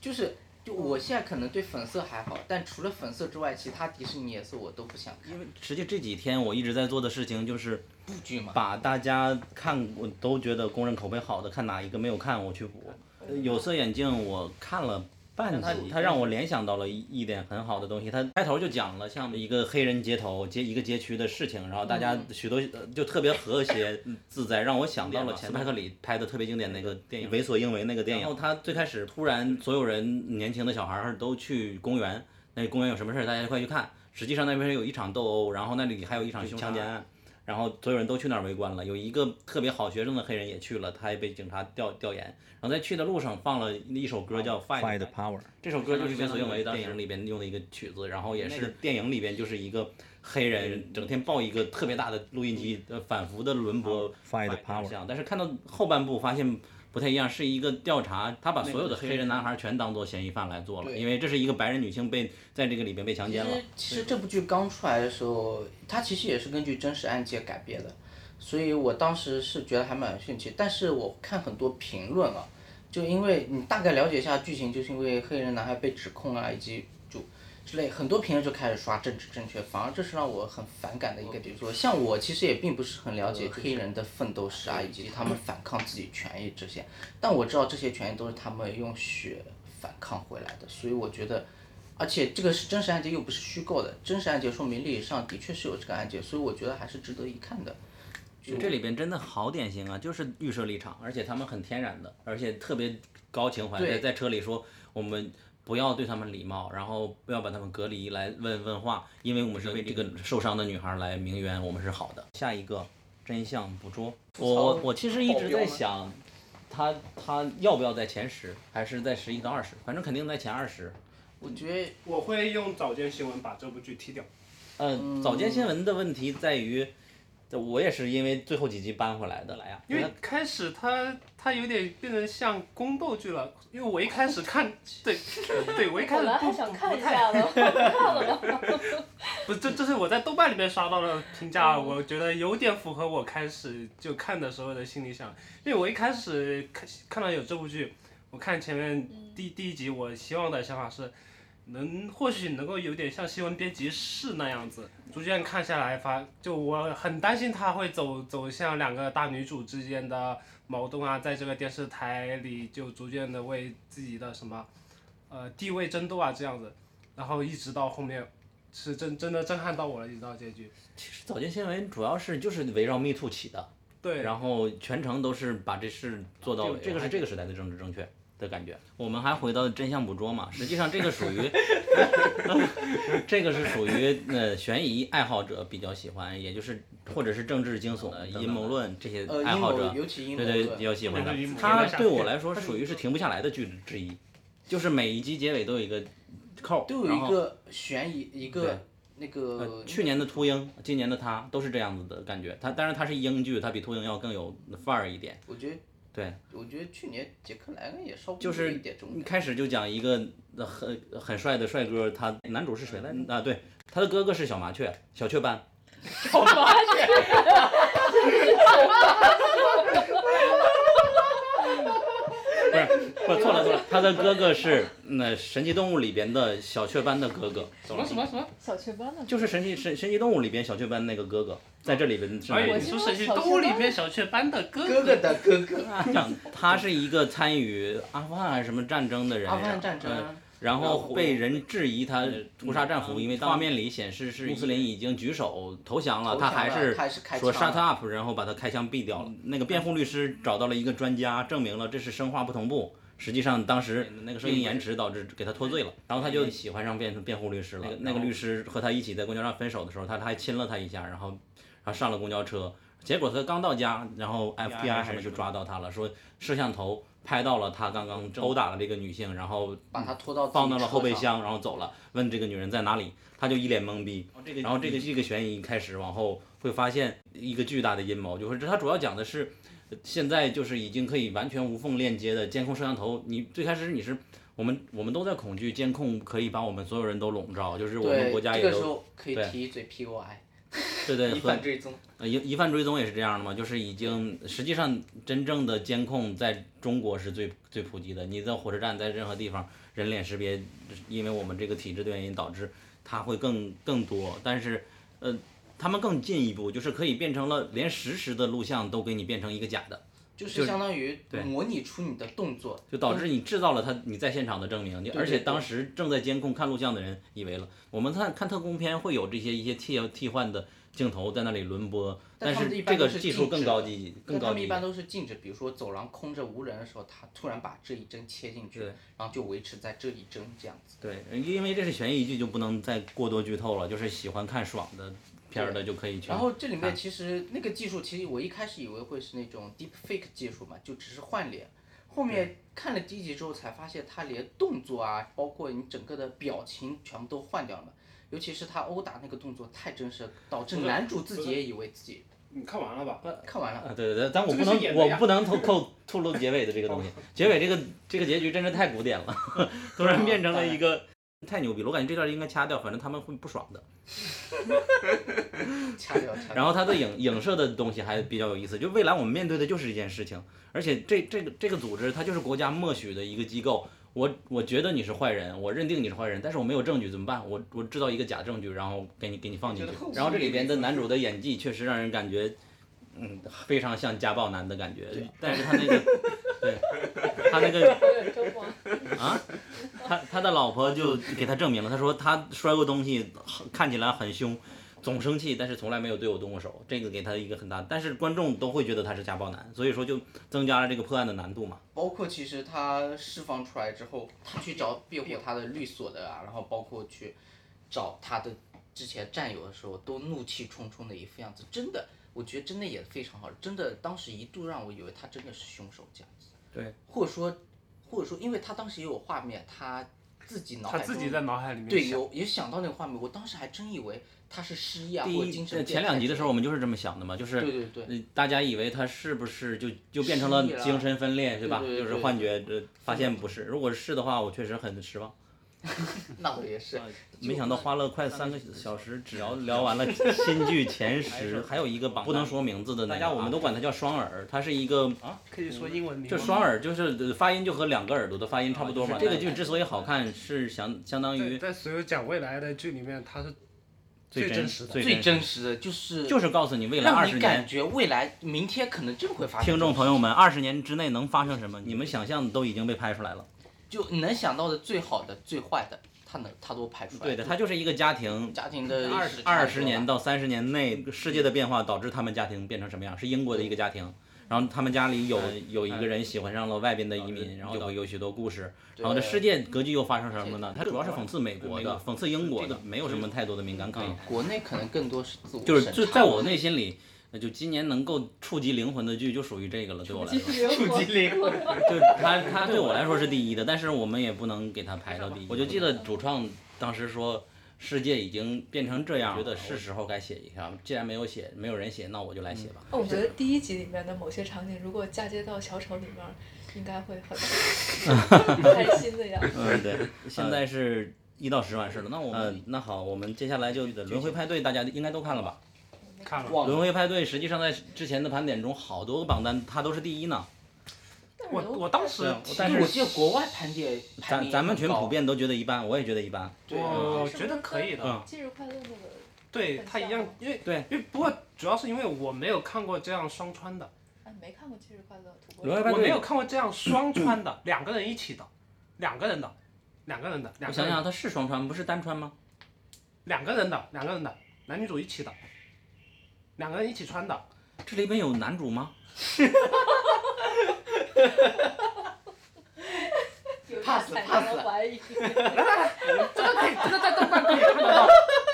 就是就我现在可能对粉色还好，但除了粉色之外，其他迪士尼颜色我都不想看。因为实际这几天我一直在做的事情就是布局嘛，把大家看我都觉得公认口碑好的，看哪一个没有看我去补。呃有色眼镜我看了半它集，它让我联想到了一一点很好的东西。它开头就讲了像一个黑人街头街一个街区的事情，然后大家许多、呃就特别和谐自在，让我想到了前派克里拍的特别经典那个电影《为所应为》那个电影。嗯然后他最开始突然所有人年轻的小孩儿都去公园，那公园有什么事儿大家快去看。实际上那边有一场斗殴，然后那里还有一场凶强奸杀案。然后所有人都去那儿围观了，有一个特别好学生的黑人也去了，他也被警察调调研。然后在去的路上放了一首歌叫《Fight》， power。这首歌就是《前所未为》当影里边用的一个曲子，然后也是电影里边就是一个黑人整天抱一个特别大的录音机，呃，反复的轮播 Fight the 反 power 向。但是看到后半部发现不太一样，是一个调查，他把所有的黑人男孩全当做嫌疑犯来做了，对因为这是一个白人女性被在这个里边被强其奸了实。其实这部剧刚出来的时候，它其实也是根据真实案件改编的，所以我当时是觉得还蛮有兴趣。但是我看很多评论啊，就因为你大概了解一下剧情，就是因为黑人男孩被指控啊，以及就之类，很多评论就开始刷政治正确，反而这是让我很反感的一个点。就是说，像我其实也并不是很了解黑人的奋斗史啊，以及他们反抗自己权益这些，但我知道这些权益都是他们用血反抗回来的，所以我觉得。而且这个是真实案件，又不是虚构的。真实案件说明历史上的确是有这个案件，所以我觉得还是值得一看的。这里边真的好典型啊，就是预设立场，而且他们很天然的，而且特别高情怀，对在在车里说我们不要对他们礼貌，然后不要把他们隔离来问问话，因为我们是为这个受伤的女孩来鸣冤，我们是好的。下一个真相捕捉，我我我其实一直在想，他他要不要在前十，还是在十一到二十，反正肯定在前二十。我觉得我会用早间新闻把这部剧踢掉。嗯，早间新闻的问题在于，我也是因为最后几集搬回来的来呀，因为开始它它有点变成像宫斗剧了，因为我一开始看， 对对，我一开本始来不还想不看一不太下的，看了吧。 不是，这这是我在豆瓣里面刷到的评价，我觉得有点符合我开始就看的时候的心里想，因为我一开始看看到有这部剧，我看前面第第一集，我希望的想法是，能或许能够有点像新闻编辑室那样子，逐渐看下来发，就我很担心他会走走向两个大女主之间的矛盾啊，在这个电视台里就逐渐的为自己的什么，呃地位争斗啊这样子，然后一直到后面。是真真的震撼到我了，一直到结局。早间新闻主要是就是围绕 Me Too 起的，对，然后全程都是把这事做到位，这这个个是是这个时代的政治正确的感觉。我们还回到真相捕捉嘛，实际上这个属于，这个是属于呃悬疑爱好者比较喜欢，也就是或者是政治惊悚、呃阴谋论这些呃，爱阴好谋者，尤其阴谋对对论比较喜欢的阴谋。论它对我来说属于是停不下来的剧之一，就是每一集结尾都有一个扣儿，都有然一后个悬疑，一对个那个呃去年的秃鹰，今年的他都是这样子的感觉。他当然他是英剧，他比秃鹰要更有范儿一点。我觉得对，我觉得去年杰克莱恩也稍微就有是一点这种一感觉开始就讲一个呃很很帅的帅哥，他男主是谁来着？啊，对，他的哥哥是小麻雀，小雀 斑。 小麻雀。不是，不错了错了，他的哥哥是那、神奇动物里边的小雀斑的哥哥，什么什么什么？小雀斑呢？就是神奇神神奇动物里边小雀斑那个哥哥，在这里边是哎哪一呀，个你说神奇动物里面小雀斑的哥哥哥的哥哎哥，讲他是一个参与阿富汗还是什么战争的人，阿富汗战争嗯啊，然后嗯被人质疑他屠杀战俘，因为画当面里显示是穆斯林已经举手投降了，投降他还了是他还是开说枪 shut up，然后把他开枪毙掉了。那个辩护律师找到了一个专家，证明了这是生化不同步。实际上当时那个声音延迟导致给他脱罪了，然后他就喜欢上变成辩护律师了。那个那个律师和他一起在公交上分手的时候，他他还亲了他一下，然后然后上了公交车，结果他刚到家，然后 FBI 什么就抓到他了，说摄像头拍到了他刚刚殴打了这个女性，然后把他拖到自己放到了车后备上哦箱，然后走了，问这个女人在哪里，他就一脸懵逼。然后这个这个悬疑开始往后会发现一个巨大的阴谋，就是这他主要讲的是呃现在就是已经可以完全无缝链接的监控摄像头。你最开始你是我们我们都在恐惧监控可以把我们所有人都笼罩，就是我们对，国家这也个时都候可以对提一嘴 POI，对对疑和犯追踪。呃疑疑犯追踪也是这样的嘛，就是已经实际上真正的监控在中国是最最普及的。你在火车站，在任何地方，人脸识别，因为我们这个体制的原因导致它会更更多。但是，呃，他们更进一步，就是可以变成了连实时的录像都给你变成一个假的，就是相当于对模拟出你的动作，就导致你制造了他你在现场的证明。你嗯对而且对当时正在监控看录像的人以为了，我们看看特工片会有这些一些替替换的镜头在那里轮播，但但他们是一这般都个是技静术止更的高级，更但他高们级一一般点。都是静止，比如说走廊空着无人的时候，他突然把这一帧切进去对，然后就维持在这一帧这样子。对，因为这是悬疑剧，就不能再过多剧透了。就是喜欢看爽的片儿的就可以去。然后这里面看其实那个技术，其实我一开始以为会是那种 deep fake 技术嘛，就只是换脸。后面看了第一集之后才发现，他连动作啊，包括你整个的表情全部都换掉了嘛。尤其是他殴打那个动作太真实了，导致不是男主自不是己也以为自己你看完了吧？看完了。啊，对对对，但我这不个是能演，的我呀不能透透透露结尾的这个东哦西。结尾这个这个结局真是太古典了， 突然变哦成了一个太牛逼了。我感觉这段应该掐掉，反正他们会不爽的。掐掉，掐掉。然后它的影影射的东西还比较有意思，就未来我们面对的就是这件事情，而且这这个这个组织它就是国家默许的一个机构。我我觉得你是坏人，我认定你是坏人，但是我没有证据怎么办？我我制造一个假证据，然后给你给你放进去觉得很无。然后这里语边的男主的演技确实让人感觉，嗯，非常像家暴男的感觉对，但是他那个， 对，他那个有点真慌。啊，他他的老婆就给他证明了，他说他摔过东西，看起来很凶，总生气，但是从来没有对我动过手，这个给他一个很大，但是观众都会觉得他是家暴男，所以说就增加了这个破案的难度嘛。包括其实他释放出来之后，他去找庇护他的律所的啊，然后包括去找他的之前战友的时候，都怒气冲冲的一副样子，真的，我觉得真的也非常好，真的当时一度让我以为他真的是凶手这样子，对，或者说，或者说，因为他当时也有画面，他自己脑他海中自己在脑海里面对想有也想到那个画面，我当时还真以为他是失忆啊第或者一精神呃变前态两集的之时候我类们就是这么想的嘛，就是对对对呃大家以为他是不是就就变成失了忆了精神分裂对吧？对对就是对幻觉，这发现不是，如果是的话，我确实很失望。的那我 也是，没想到花了快三个小时，只要聊完了新剧 前十，还有一个榜不能说名字的那个，大啊家我们都管它叫双耳，它是一个可以说英文名就吗双耳，就是呃发音就和两个耳朵的发音差不多嘛。啊这个剧之所以好看，是相相当在于在所有讲未来的剧里面，他是最真真实的最最真实的就是就是告诉你啊未来二让十你感年，觉未来明天可能真会发生。听众朋友们，二十年之内能发生什么，你们想象的都已经被拍出来了。就你能想到的最好的、最坏的，他能他都排出来。对的，它就是一个家庭。家庭的二史二十年的到三十年内世界的变化导致他们家庭变成什么样？是英国的一个家庭，然后他们家里有有一个人喜欢上了外边的移民，然后有有许多故事，然后这世界格局又发生什么呢？它主要是讽刺美国的，讽刺英国的，没有什么太多的敏感可言。国内可能更多是自我就是审就查在我内心里，那就今年能够触及灵魂的剧就属于这个了，对我来说。触及灵魂， 就是他他对我来说是第一的，但是我们也不能给他排到第一。我就记得主创当时说，世界已经变成这样了，觉得是时候该写一下。既然没有写，没有人写，那我就来写吧。哦我觉得第一集里面的某些场景，如果嫁接到小丑里面，应该会很开心的样子。嗯，对，现在是一到十完事了。那我们、呃、那好，我们接下来就轮回派对，大家应该都看了吧？看了，忘轮了。回派对实际上在之前的盘点中，好多个榜单它都是第一呢。但我是我当时对但因是为我记得国外盘点排咱名咱们很群高普遍都觉得一般，我也觉得一般。对我觉得可以的。嗯忌日快乐那个，对很他一像样吗，因为对因为不过主要是因为我没有看过这样双穿的，啊，你没看过忌日快乐土拨轮回鼠？派我对没有看过这样双穿的，两个人一起的，两个人的，两个人的，我两个想人想，的，它是双穿不是单穿吗？两个人的，两个人的，男女主一起的，两个人一起穿的，这里边有男主吗？ pass 产生 pass，了怀疑。 这个可以，这个在豆瓣可以看得到。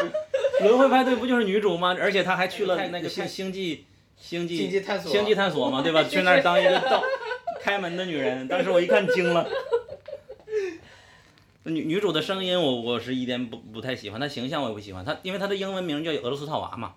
轮回派对不就是女主吗？而且她还去了看那个星星际星际星际探索星际探索嘛，对吧？去那儿当一个道开门的女人，当时我一看惊了。女女主的声音我我是一点不不太喜欢，她形象我也不喜欢，她因为她的英文名叫俄罗斯套娃嘛，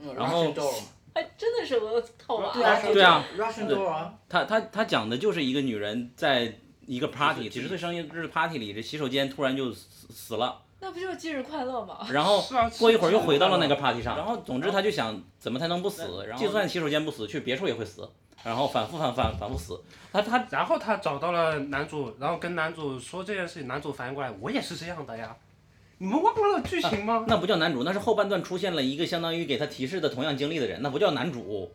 嗯然后，Russian doll 嘛还真的是俄罗斯套娃。对啊对啊，Russian doll 啊，她她她讲的就是一个女人在一个 party 几十岁生日 party 里，这洗手间突然就死死了，那不就是今日快乐吗？然后是啊哦过一会儿又回到了那个是 party 上，然后总之他就想怎么才能不死，然后就算洗手间不死，去别处也会死，然后反复反反反复死，他他然后他找到了男主，然后跟男主说这件事情，男主反应过来，我也是这样的呀。你们忘了剧情吗？那不叫男主，那是后半段出现了一个相当于给他提示的同样经历的人，那不叫男 主，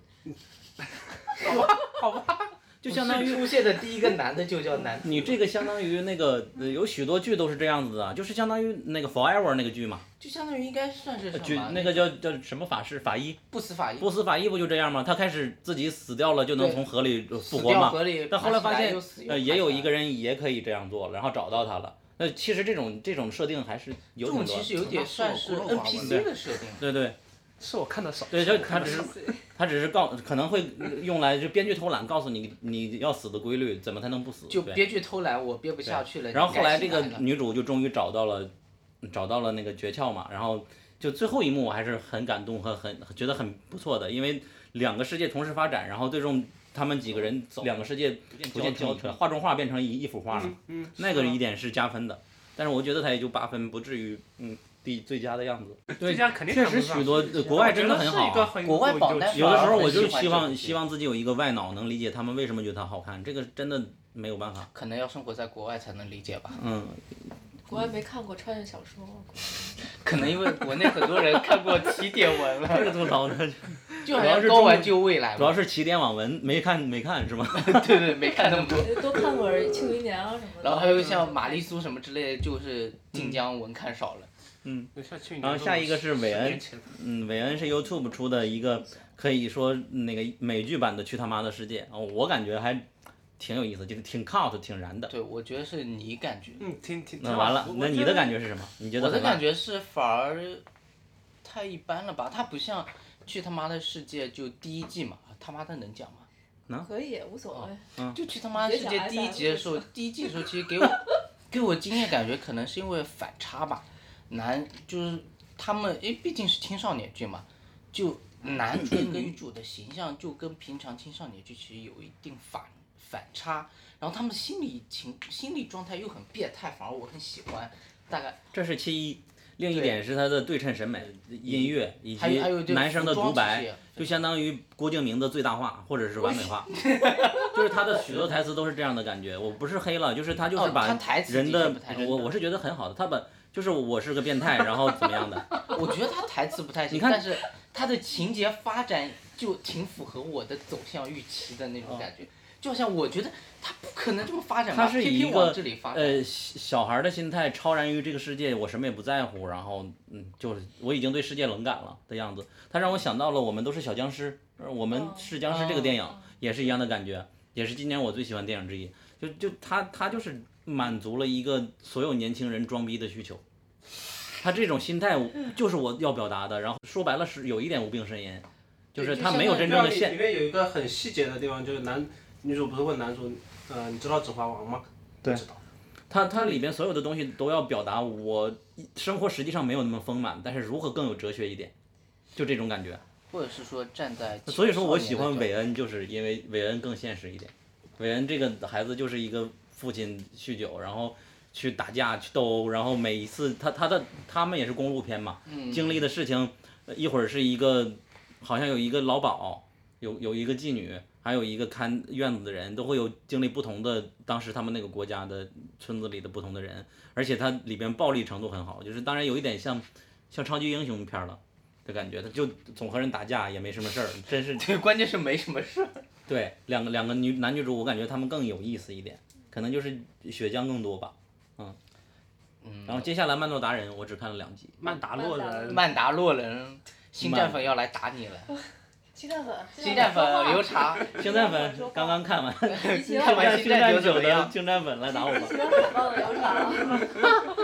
好吧，就相当于出现的第一个男的就叫男，你这个相当于那个呃有许多剧都是这样子的啊，就是相当于那个 Forever 那个剧嘛，就相当于应该算是什剧么呃那个叫叫什么法师法医不死法医，不死法医不就这样吗？他开始自己死掉了就能对从河里复死活掉嘛，河里，但后来爬发起现又死，又呃，爬也起有来一个人也可以这样做了，然后找到他了。那其实这种这种设定还是有这挺种多其实有点算是孤陋寡闻 NPC 的设定。对对 是我看的少。对，是就我看他得只少是他只是告可能会用来就编剧偷懒，告诉你你要死的规律，怎么才能不死？就对编剧偷懒，我憋不下去了。然后后来这你个改进女主就终于找到了，找到了那个诀窍嘛。然后就最后一幕我还是很感动和很觉得很不错的，因为两个世界同时发展，然后最终他们几个人两个世界逐渐交成画中画变成一一幅画了。嗯，那个是啊一点是加分的，但是我觉得它也就八分，不至于嗯第最佳的样子。对这家肯定确谈实不上许多呃国外真的很好我觉得是一个啊。很国外榜单有的时候我我就希喜欢这望种希望自己有一个外脑能理解他们为什么觉得它好看，这个真的没有办法。可能要生活在国外才能理解吧。嗯，国外没看过穿越小说，可能因为国内很多 人看过起点 文这了，个 吐槽呢，就好主要像是高玩中就未来主要嘛。是起点网文没看没看是吗？ 对对，没看那么多。嗯多看会儿《庆余年》啊什么的。然后还有像玛丽苏什么之类的，就是晋江文看少了。然后下一个是韦恩十年前嗯，韦恩是 YouTube 出的一个可以说那个美剧版的《去他妈的世界》哦，我感觉还挺有意思，就是挺 cut 挺燃的。对，我觉得是你感觉，嗯，挺挺。那完了，那你的感觉？觉是什么？你觉得我的很烂感觉是反而太一般了吧？它不像《去他妈的世界》就第一季嘛，他妈的能讲吗？可以无所谓。就去他妈的世界第一集的时候，第一季的时候，其实给我给我惊艳感觉，可能是因为反差吧。男就是他们，诶，毕竟是青少年剧嘛，就 男主跟女主的形象就跟平常青少年剧其实有一定反反差，然后他们心理情心理状态又很变态，反而我很喜欢。大概这是其一，另一对点是他的对称审美、音乐以还有还有及对男生的独服装这白些，就相当于郭敬明的最大化或者是完美 化，就是他的许多台词都是这样的感觉。我不是黑了，就是他就是哦把他台词人的确的不太，我我是觉得很好的，他把就是我是个变态，然后怎么样的，我觉得他台词不太行，你看但是他的情节发展就挺符合我的走向预期的那种感觉。就好像我觉得他不可能这么发展吧，哦他是以一偏偏个往这里发展。呃小小孩的心态超然于这个世界，我什么也不在乎，然后嗯，就是我已经对世界冷感了的样子。他让我想到了我们都是小僵尸，呃我们哦是僵尸这个电影也是一样的感觉，也是今年我最喜欢电影之一。就就他他就是满足了一个所有年轻人装逼的需求。他这种心态我就是我要表达的，然后说白了是有一点无病呻吟，就是他没有真正的里现，面有一个很细节的地方，就是男女主不是问男主，呃，你知道《指环王》吗？对，知道。他他里边所有的东西都要表达我生活实际上没有那么丰满，但是如何更有哲学一点，就这种感觉。或者是说站在所以说我喜欢韦尾，恩，就是因为韦恩更现实一点。韦恩这个孩子就是一个父亲酗酒，然后去打架、去斗殴，然后每一次他他的他们也是公路片嘛，经历的事情，呃一会儿是一个好像有一个老鸨，有有一个妓女，还有一个看院子的人，都会有经历不同的当时他们那个国家的村子里的不同的人，而且它里边暴力程度很好，就是当然有一点像像超级英雄片了。的感觉，他就总和人打架也没什么事儿，真是对， 关键是没什么事儿。对，两个两个女男女主，我感觉他们更有意思一点，可能就是血浆更多吧。嗯然后接下来《曼诺达人》，我 只看了两集，曼达洛人，曼达洛人，星曼战粉要来打你了。鸡蛋粉，鸡蛋粉、有牛茶，星战粉刚刚看完，以前看 完看啊星星战战九怎九么的样？星战粉来打我吧 以！前海报的流程，啊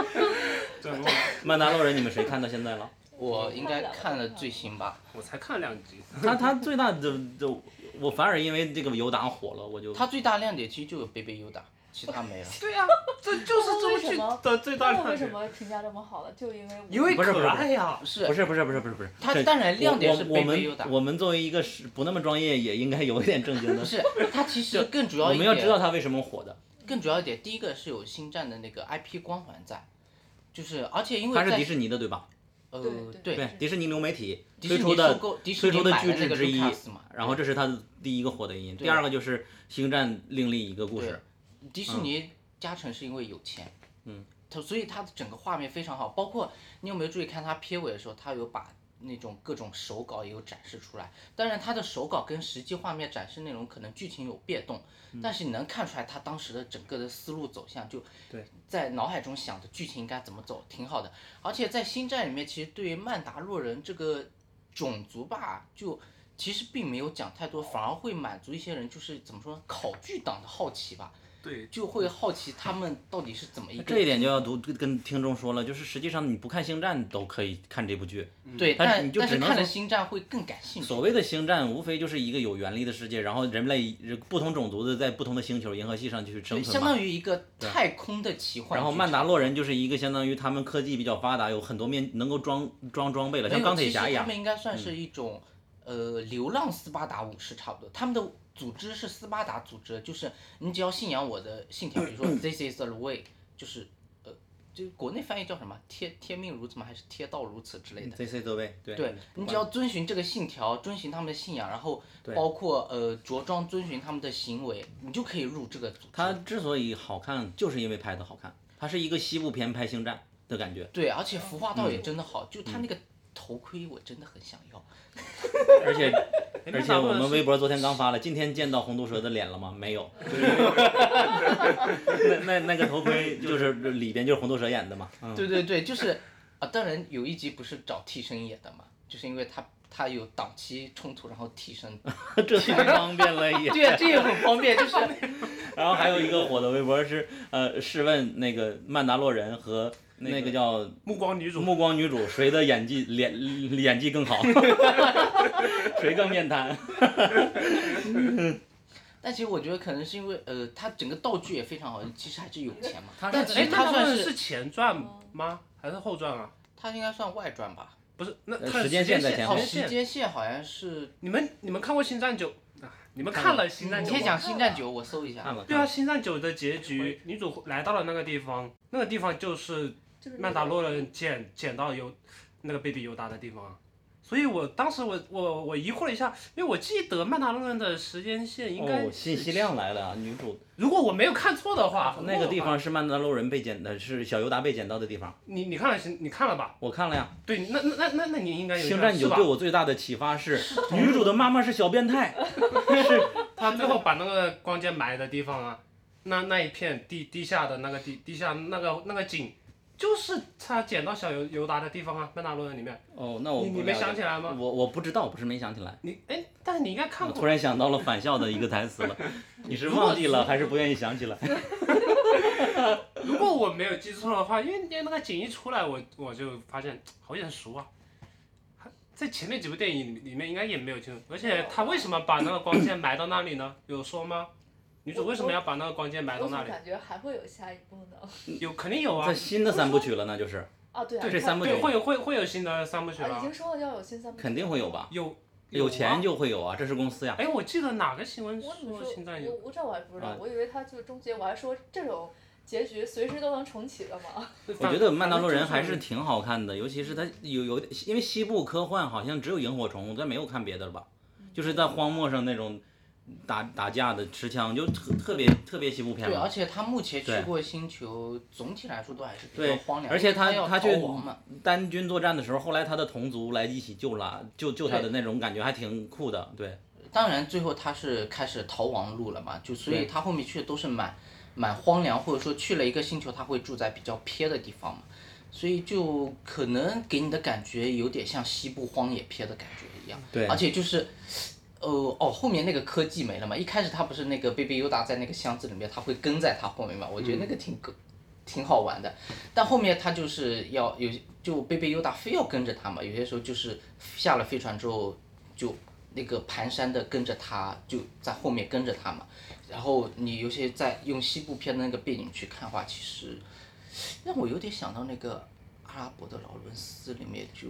这我曼达洛人你们谁看到现在了？我应该看了最新吧。我才看两集， 他他最大的就我反而因为这个尤达火了，我就它最大亮点其实就有贝贝优达，其他没了。对呀、这 就是这部剧的最那为什么评价这么好了？就因为我因为不是不是可爱呀、不是不，是不是不是不是不是，它这当然亮点我是我我贝贝优们达，我们作为一个是不那么专业，也应该有一点正经的不。是它其实更主要我一们要知道点，他为什么火的，更主要一点，第一个是有星战的那个 IP 光环在，就是而且因为他是在迪士尼的对吧？呃对对对对，迪士尼流媒体迪士推出尼的收购迪推士尼出的买巨了那制个之一 Lucas 嘛，然后这是他的第一个火的原因，对第二个就是《星战》另立一个故事，迪士尼加成是因为有钱，嗯，它所以它的整个画面非常好，包括你有没有注意看它片尾的时候，它有把那种各种手稿也有展示出来，当然它的手稿跟实际画面展示内容可能剧情有变动，但是你能看出来它当时的整个的思路走向就对在脑海中想的剧情应该怎么走，挺好的。而且在星战里面，其实对于曼达洛人这个种族吧，就其实并没有讲太多，反而会满足一些人就是怎么说呢考据党的好奇吧。对，就会好奇他们到底是怎么一个这一点就要读跟听众说了，就是实际上你不看《星战》都可以看这部剧。对，但是但你就但只是能看了说星战会更感兴趣。所谓的星战，无非就是一个有原力的世界，然后人类不同种族的在不同的星球银河系上去生对，存相嘛。当于一个太空的奇幻剧场。然后曼达洛人就是一个相当于他们科技比较发达，有很多面能够装装装备了，没有像钢铁侠一其实样嗯他们。应该算是一种、呃流浪斯巴达武士差不多。他们的组织是斯巴达组织，就是你只要信仰我的信条，比 如说 This is the way，就是呃，就国内翻译叫什么？贴贴命如此吗？还是贴道如此之类的？ C C 德位，对对你只要遵循这个信条，遵循他们的信仰，然后包括呃着装遵循他们的行为，你就可以入这个组织。它之所以好看，就是因为拍的好看，它是一个西部片拍星战的感 觉，对，而且服化嗯道也真的好，就他那个头盔我真的很想要。而且哎而且我们微博博昨天刚发了，今天见到红毒蛇的脸了吗？没 有，就是没有那那那个头盔就是里边就是红毒蛇演的嘛， 嗯。对对对，就是啊，当然有一集不是找替身演的嘛，就是因为他他有档期冲突，然后替身。这太方便了也。对啊，这也很方便，就是 然后还有一个火的微博是，呃，试问那个曼达洛人和那个叫目光女主，暮光女主谁的演 技脸演技 更好，谁更面瘫？但其实我觉得可能是因为呃，他整个道具也非常好，其实还是有钱嘛。他但其哎实，那他算们是是前传吗？还是后传啊？他应该算外传吧？不是，那呃看时间线在前哦，面时时间线。间线好像是嗯你们你们看过《星战九》啊？你们看了《星战你九》先吗？讲《星战九》，我搜一下。看了，对啊，《星战九》的结局，女主来到了那个地方，那个地方就是就是曼达洛人捡捡到尤那个 baby 尤达的地方啊。所以我当时我我我疑惑了一下，因为我记得曼达洛人的时间线应该、哦，信息，量来了，啊女主如果我没有看错的话，那个地如果我方是曼达洛人被捡的，是小尤达被捡到的地方。你你看了星你看了吧？我看了呀，对，那那那那那你应该《有星战印象九》是吧对我最大的启发是，女主的妈妈是小变态， 是他最后把那个光剑埋的地方啊，那那一片地地下的那个地地下那个那个井，就是他捡到小尤尤达的地方啊，曼达洛人里面。哦，那我你不你了没解想起来吗我我不知道，不是没想起来。你哎，但你应该看我过突然想到了返校的一个台词了， 你是忘记了还是不愿意想起来？如果我没有记错的话，因为因为那个景一出来，我我就发现好眼熟啊。还在前面几部电影里里面应该也没有清楚，而且他为什么把那个光剑埋到那里呢？有说吗？女主为什么要把那个光剑埋我到怎那么里？感觉还会有下一步呢？有肯定有啊在，新的三部曲了，那就是啊，对啊，这三部曲对，会有会会有新的三部曲啊，已啊经，说了要有新三部曲，肯定会有吧？有有钱啊就会有啊，这是公司呀。哎，我记得哪个新闻我怎么说说？现在有我我这我还不知道啊，我以为他就终结，我还说这种结局随时都能重启的嘛。我觉得《曼达洛人》还是挺好看的，尤其是它有有，因为西部科幻好像只有萤火虫，咱没有看别的了吧？就是在荒漠上那种打打架的持枪，就特特别特别西部片对，而嘛。且他目前去对过星球，总体来说都还是比较对荒凉，而且他要他逃去亡嘛，单军作战的时候，后来他的同族来一起救了，救救他的那种感觉还挺酷的。对，当然最后他是开始逃亡路了嘛，就所以对他后面去的都是蛮蛮荒凉，或者说去了一个星球，他会住在比较偏的地方嘛，所以就可能给你的感觉有点像西部荒野片的感觉一样。对而且就是，呃，哦，后面那个科技没了嘛，一开始他不是那个贝贝尤达在那个箱子里面，他会跟在他后面嘛，我觉得嗯那个挺个、挺好玩的。但后面他就是要有就贝贝尤达非要跟着他嘛，有些时候就是下了飞船之后就那个蹒跚的跟着他，就在后面跟着他嘛。然后你有些在用西部片的那个背景去看的话，其实让我有点想到那个阿拉伯的劳伦斯里面 就。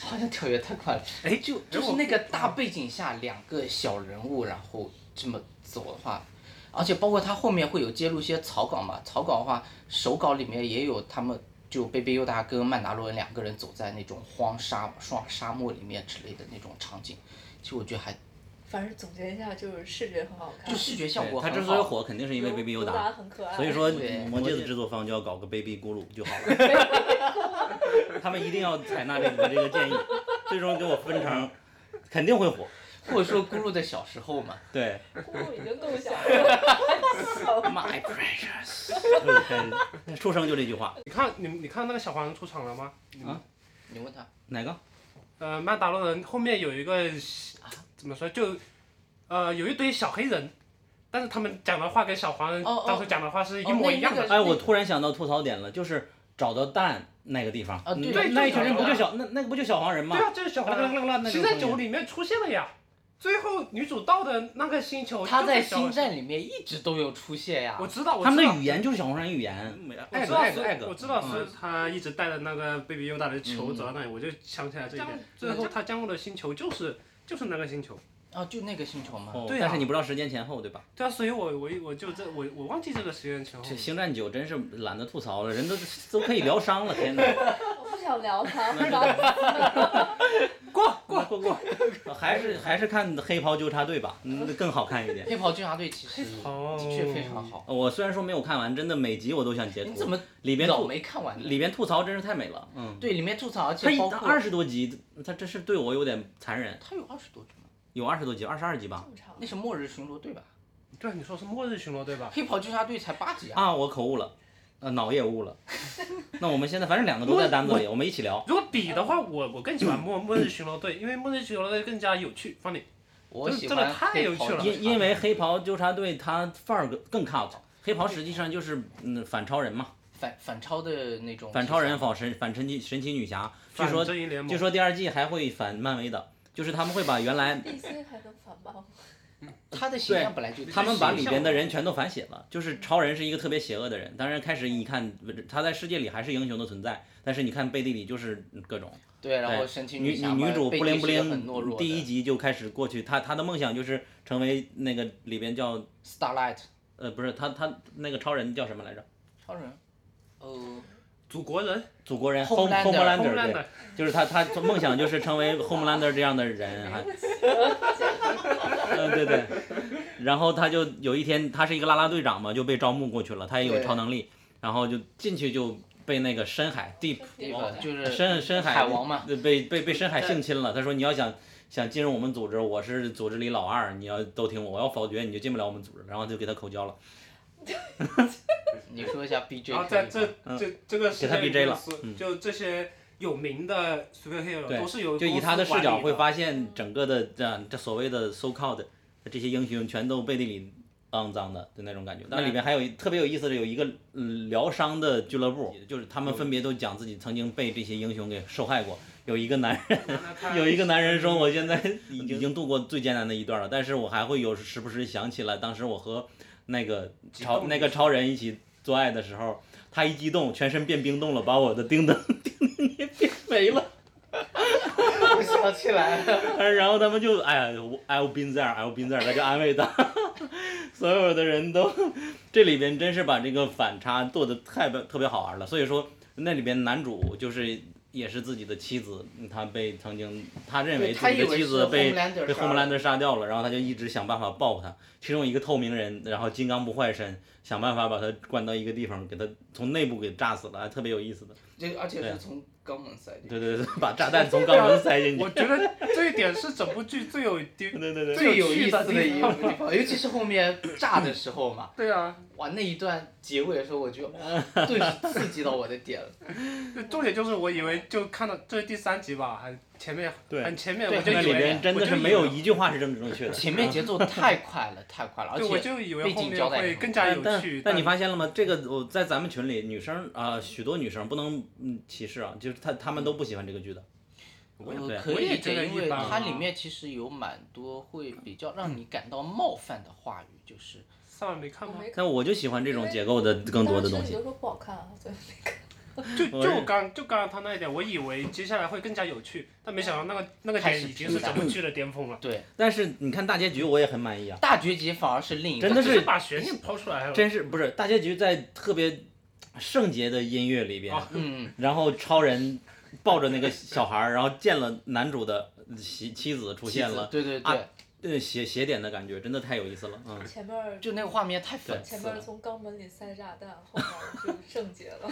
好像跳跃太快了，哎就哎就我是那个大背景下两个小人物，然后这么走的话，而且包括他后面会有揭露一些草稿嘛，草稿的话，手稿里面也有他们就贝贝优达跟曼达洛人两个人走在那种荒沙双沙漠里面之类的那种场景，其实我觉得还反正总结一下，就是视觉很好看，就视觉效果他很之所以好。火，肯定是因为 Baby 尤 Yoda，达很可爱所以哎说对魔戒我的也制作方就要搞个 Baby 咕噜就好 了， 他们一定要采纳这个我这个建议，最终给我分成，肯定会火。 或者说咕噜的小时候嘛对，咕噜已经够小了，小，My precious。就是开始出生就这句话，你看你你看那个小黄人出场了吗？啊你问他，哪个？呃，曼达洛人后面有一个啊怎么说就，呃，有一堆小黑人，但是他们讲的话跟小黄人哦哦当初讲的话是一哦模那一样的。哎，我突然想到吐槽点了，就是找到蛋那个地方，啊对那对那就一群人找不到就小那那个不就小黄人吗对？啊，就是小黄人啦啦啦那星个战东九西里面出现了呀。最后女主到的那个星哦球，他在星，战里面一直都有出现呀。我知道，我他们知的道语言就是小黄人语言，我艾知格道艾是格艾，格，我知道嗯是他一直带着那个 Baby Yoda 的球走到那里，我就想起来这一点。最后他降落的星球就是就是那个星球。啊，就那个星球嘛。哦对啊但是你不知道时间前后对吧？对啊，所以我我我就这我我忘记这个时间前后这。星战九真是懒得吐槽了，人都都可以疗伤了，天哪！我不想聊他，不聊。过过过过， 还是还是看黑袍纠察队吧，嗯，更好看一点。黑袍纠察队其实袍的确非常好。我虽然说没有看完，真的每集我都想截图。你怎么里边老吐没看完呢？里边吐槽真是太美了，嗯，对里面吐槽，而他且一包括二十多集，他真是对我有点残忍，他有二十多集吗？有二十多集，二十二集吧。那是末日巡逻队吧？对啊，你说是末日巡逻对吧？黑袍纠察队才八集啊。啊，我口误了，呃，脑也误了。 那我们现在反正两个都在单子里，我们一起聊。如果比的话，我我更喜欢末末日巡逻队，因为末日巡逻队更加有趣。方 y 我喜真欢的太有趣了因啊因为黑袍纠察队他范儿更 cut，黑袍实际上就是嗯反超人嘛，反反超的那种。反超人、。反神、反神奇神奇女侠，据反说正义联盟据说第二季还会反漫威的，就是他们会把原来 DC 还能反吗？他的形象本来就他们把里边的人形全都反写了，就是超人是一个特别邪恶的人，当然开始你看呃他在世界里还是英雄的存在，但是你看贝蒂里就是各种，象对，然后对神奇女侠女主贝布蒂灵是布个很懦灵，弱第一集集就开始过去，她她的梦想就是成为那个里边叫 Starlight 呃不是她她那个超人叫什么来着？超人，哦呃，祖国人，祖国人 Homelander，轰 Homelander 烂对的，，就是他他梦想就是成为 Homelander 这样的人，还 嗯，对对。然后他就有一天，他是一个啦啦队长嘛，就被招募过去了，他也有对超能力，然后就进去就被那个深海 Deep 那个就是哦深深海呃呃海王嘛，被被被深海性侵了。他说你要想想进入我们组织，我是组织里老二，你要都听我，我要否决你就进不了我们组织，然后就给他口交了。你说一下 BJ 可以然吗。后在这这这个世界嗯给里他 BJ 就了是嗯就这些有名的 superhero 对都是由就以公司他的视角管理会发现整个的这样这所谓的 so called 这些英雄全都背地里肮脏的的那种感觉。但里面还有一特别有意思的有一个嗯疗伤的俱乐部，就是他们分别都讲自己曾经被这些英雄给受害过。有一个男人，那他有一个男人说，我现在已经已经度过最艰难的一段了，但是我还会有时不时想起来，当时我和那个动超的那个超人一起做爱的时候，他一激动，全身变冰冻了，把我的叮当 叮当也变没了。我想起来了， 然后他们就哎呀我，I've been there，I've been there，他就安慰他。 所有的人都，这里边真是把这个反差做的太别特别好玩了。所以说那里边男主就是也是自己的妻子，他被曾经他认为对他自己的以为妻是子被 Homelander 被杀了 Homelander 杀掉了，然后他就一直想办法报复他。其中一个透明人，然后金刚不坏身，想办法把他关到一个地方，给他从内部给炸死了，还特别有意思的。这而且对是从肛门塞进去。对对对，把炸弹从肛门塞进去我。觉得这一点是整部剧最有丢，对对对，最有意思的最有趣一的地个方地方，尤其是后面炸的时候嘛，对啊，哇，那一段结尾的时候，我就哇，顿时刺激到我的点了。那重点就是我以为就看到这是第三集吧，还前面对很前面对我就那以里为边真的是没有一句话是政治正确的。前面节奏太快了，太快了，而对我且就以为背后景面交代会很更好加有但趣，但你发现了吗？这个我在咱们群里，女生啊、许多女生不能嗯歧视啊，就是她她们都不喜欢这个剧的。我也呃对可我以也理觉解，得因一为般它啊里面其实有蛮多会比较让你感到冒犯的话语，就是上面没看我吗？没看。但我就喜欢这种结构的更多的东当时你西就。说不好看啊，所以没看。就我也就刚就刚刚他那一点，我以为接下来会更加有趣，但没想到那个那个开点始已经是平整淡部剧的巅峰了，对但是你看大结局，我也很满意啊。大结局反而是另一个真的只是把悬念抛出来了。真是不是大结局在特别圣洁的音乐里边，啊嗯，然后超人抱着那个小孩儿，然后见了男主的妻妻子出现了，对对对啊，呃邪邪点的感觉，真的太有意思了，嗯。前面儿就那个画面太讽前刺面儿了。从肛门里塞炸弹，后面儿就圣洁了。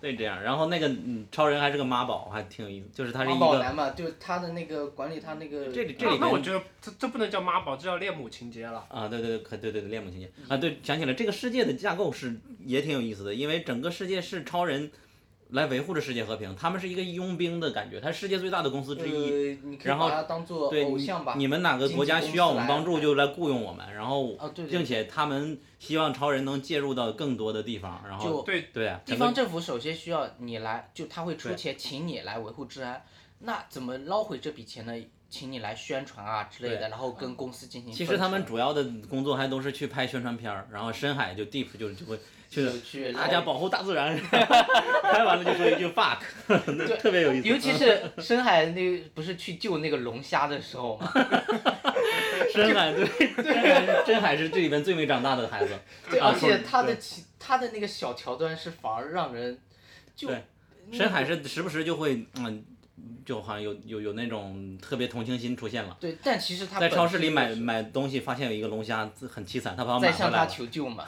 对，这样，然后那个嗯，超人还是个妈宝，还挺有意思，就是他是妈一宝个男嘛，就他的那个管理他那个这里这那里那我边觉得这这不能叫妈宝，这叫恋母情节了。啊，对对对，可对对对，恋母情节啊，对，想起来这个世界的架构是也挺有意思的，因为整个世界是超人来维护着世界和平，他们是一个佣兵的感觉，他是世界最大的公司之一。呃，你可以然后把他当做对偶你像吧，，你们哪个国家需要我们帮助，就来雇佣我们，然后，啊对对对并且他们希望超人能介入到更多的地方，然后就对，对啊，地整方个政府首先需要你来，就他会出对钱请你来维护治安。那怎么捞回这笔钱呢？请你来宣传啊之类的，对嗯然后跟公司进行分成。其实他们主要的工作还都是去拍宣传片儿，然后深海就 deep 就就会去就去大家保护大自 然，拍完了就说一句 fuck，那特别有意思。尤其是嗯 深海那不是去救那个龙虾的时候嘛，深海对，深海深海是这里边最没长大的孩子。对，啊而且他的对其他的那个小桥段是反而让人就对嗯深海是时不时就会嗯，就好像有有有那种特别同情心出现了。对，但其实他在本超市里身买就是买东西，发现有一个龙虾很凄惨，他把它买在回向来他了，求 救嘛，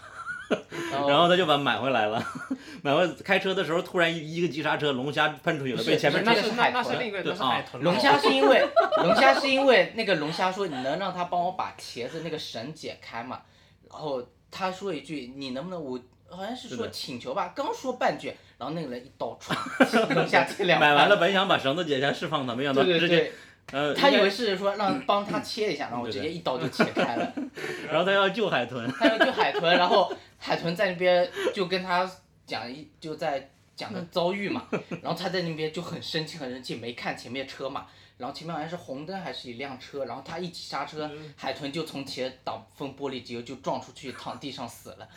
然后他就把它买回来了， 买回开车的时候突然一一个急刹车，龙虾喷出去了，是被前面那车这个是是那海那是豚另一个，对那是啊海豚了。龙虾是因为龙虾是因为那个龙虾说你能让他帮我把茄子那个绳解开嘛，然后他说一句你能不能我好像是是说的请求吧，刚说半句，然后那个人一刀 歘，龙虾切两半买完了，本想把绳子解开释放它，没想到对直对接对，呃，他应以该为是说让帮他切一下，然后对直对接一刀就切开了，然后他要救海豚，他要救海豚，然后海豚在那边就跟他讲一就在讲的遭遇嘛，然后他在那边就很生气很生气，没看前面车嘛，然后前面好像是红灯还是一辆车，然后他一急刹车，海豚就从前挡风玻璃直接就撞出去，躺地上死了。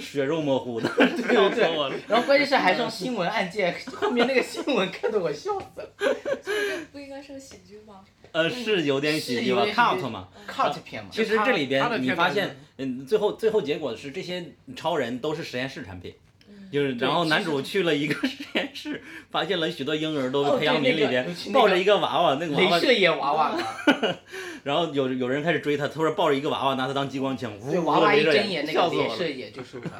血肉模 糊的，对笑死我了。然后关键是还上新闻案件， 后面那个新闻看得我笑死了。这不应该是个喜剧吗？呃，是有点喜是剧有吧点喜，cut 剧嘛。 cut 片嘛，其实他这里他的边你片发段现，嗯，最后最后结果是这些超人都是实验室产品，就是对然后其男实主他去了一个 实验室，发现了许多婴儿都哦是培养皿对那里个边尤其那抱个着一个娃娃，那个娃镭娃，射眼娃娃嘛，然后有有人开始追他，突然抱着一个娃娃拿他当激光枪，呜对，呜娃娃一镭射睁眼那笑个死我镭了射。眼就受伤。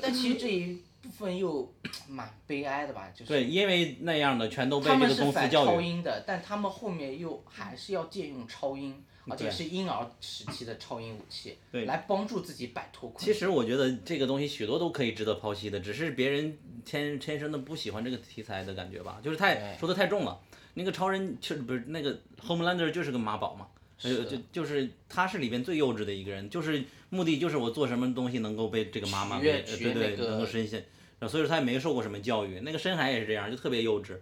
但其实这一部分又蛮悲哀的吧，就是对，因为那样的全都被他这们个是公司反超教育，嗯英的，但他们后面又还是要借用超英，而且是婴儿时期的超英武器，对来帮助自己摆脱困境。其实我觉得这个东西许多都可以值得剖析的，只是别人天天生的不喜欢这个题材的感觉吧，就是太对说的太重了。那个超人就是不是那个 Homelander 就是个妈宝嘛，是呃就就是他是里边最幼稚的一个人，就是目的就是我做什么东西能够被这个妈妈取给悦呃取悦对对、那个能够深陷，然后所以说他也没受过什么教育。那个深海也是这样，就特别幼稚，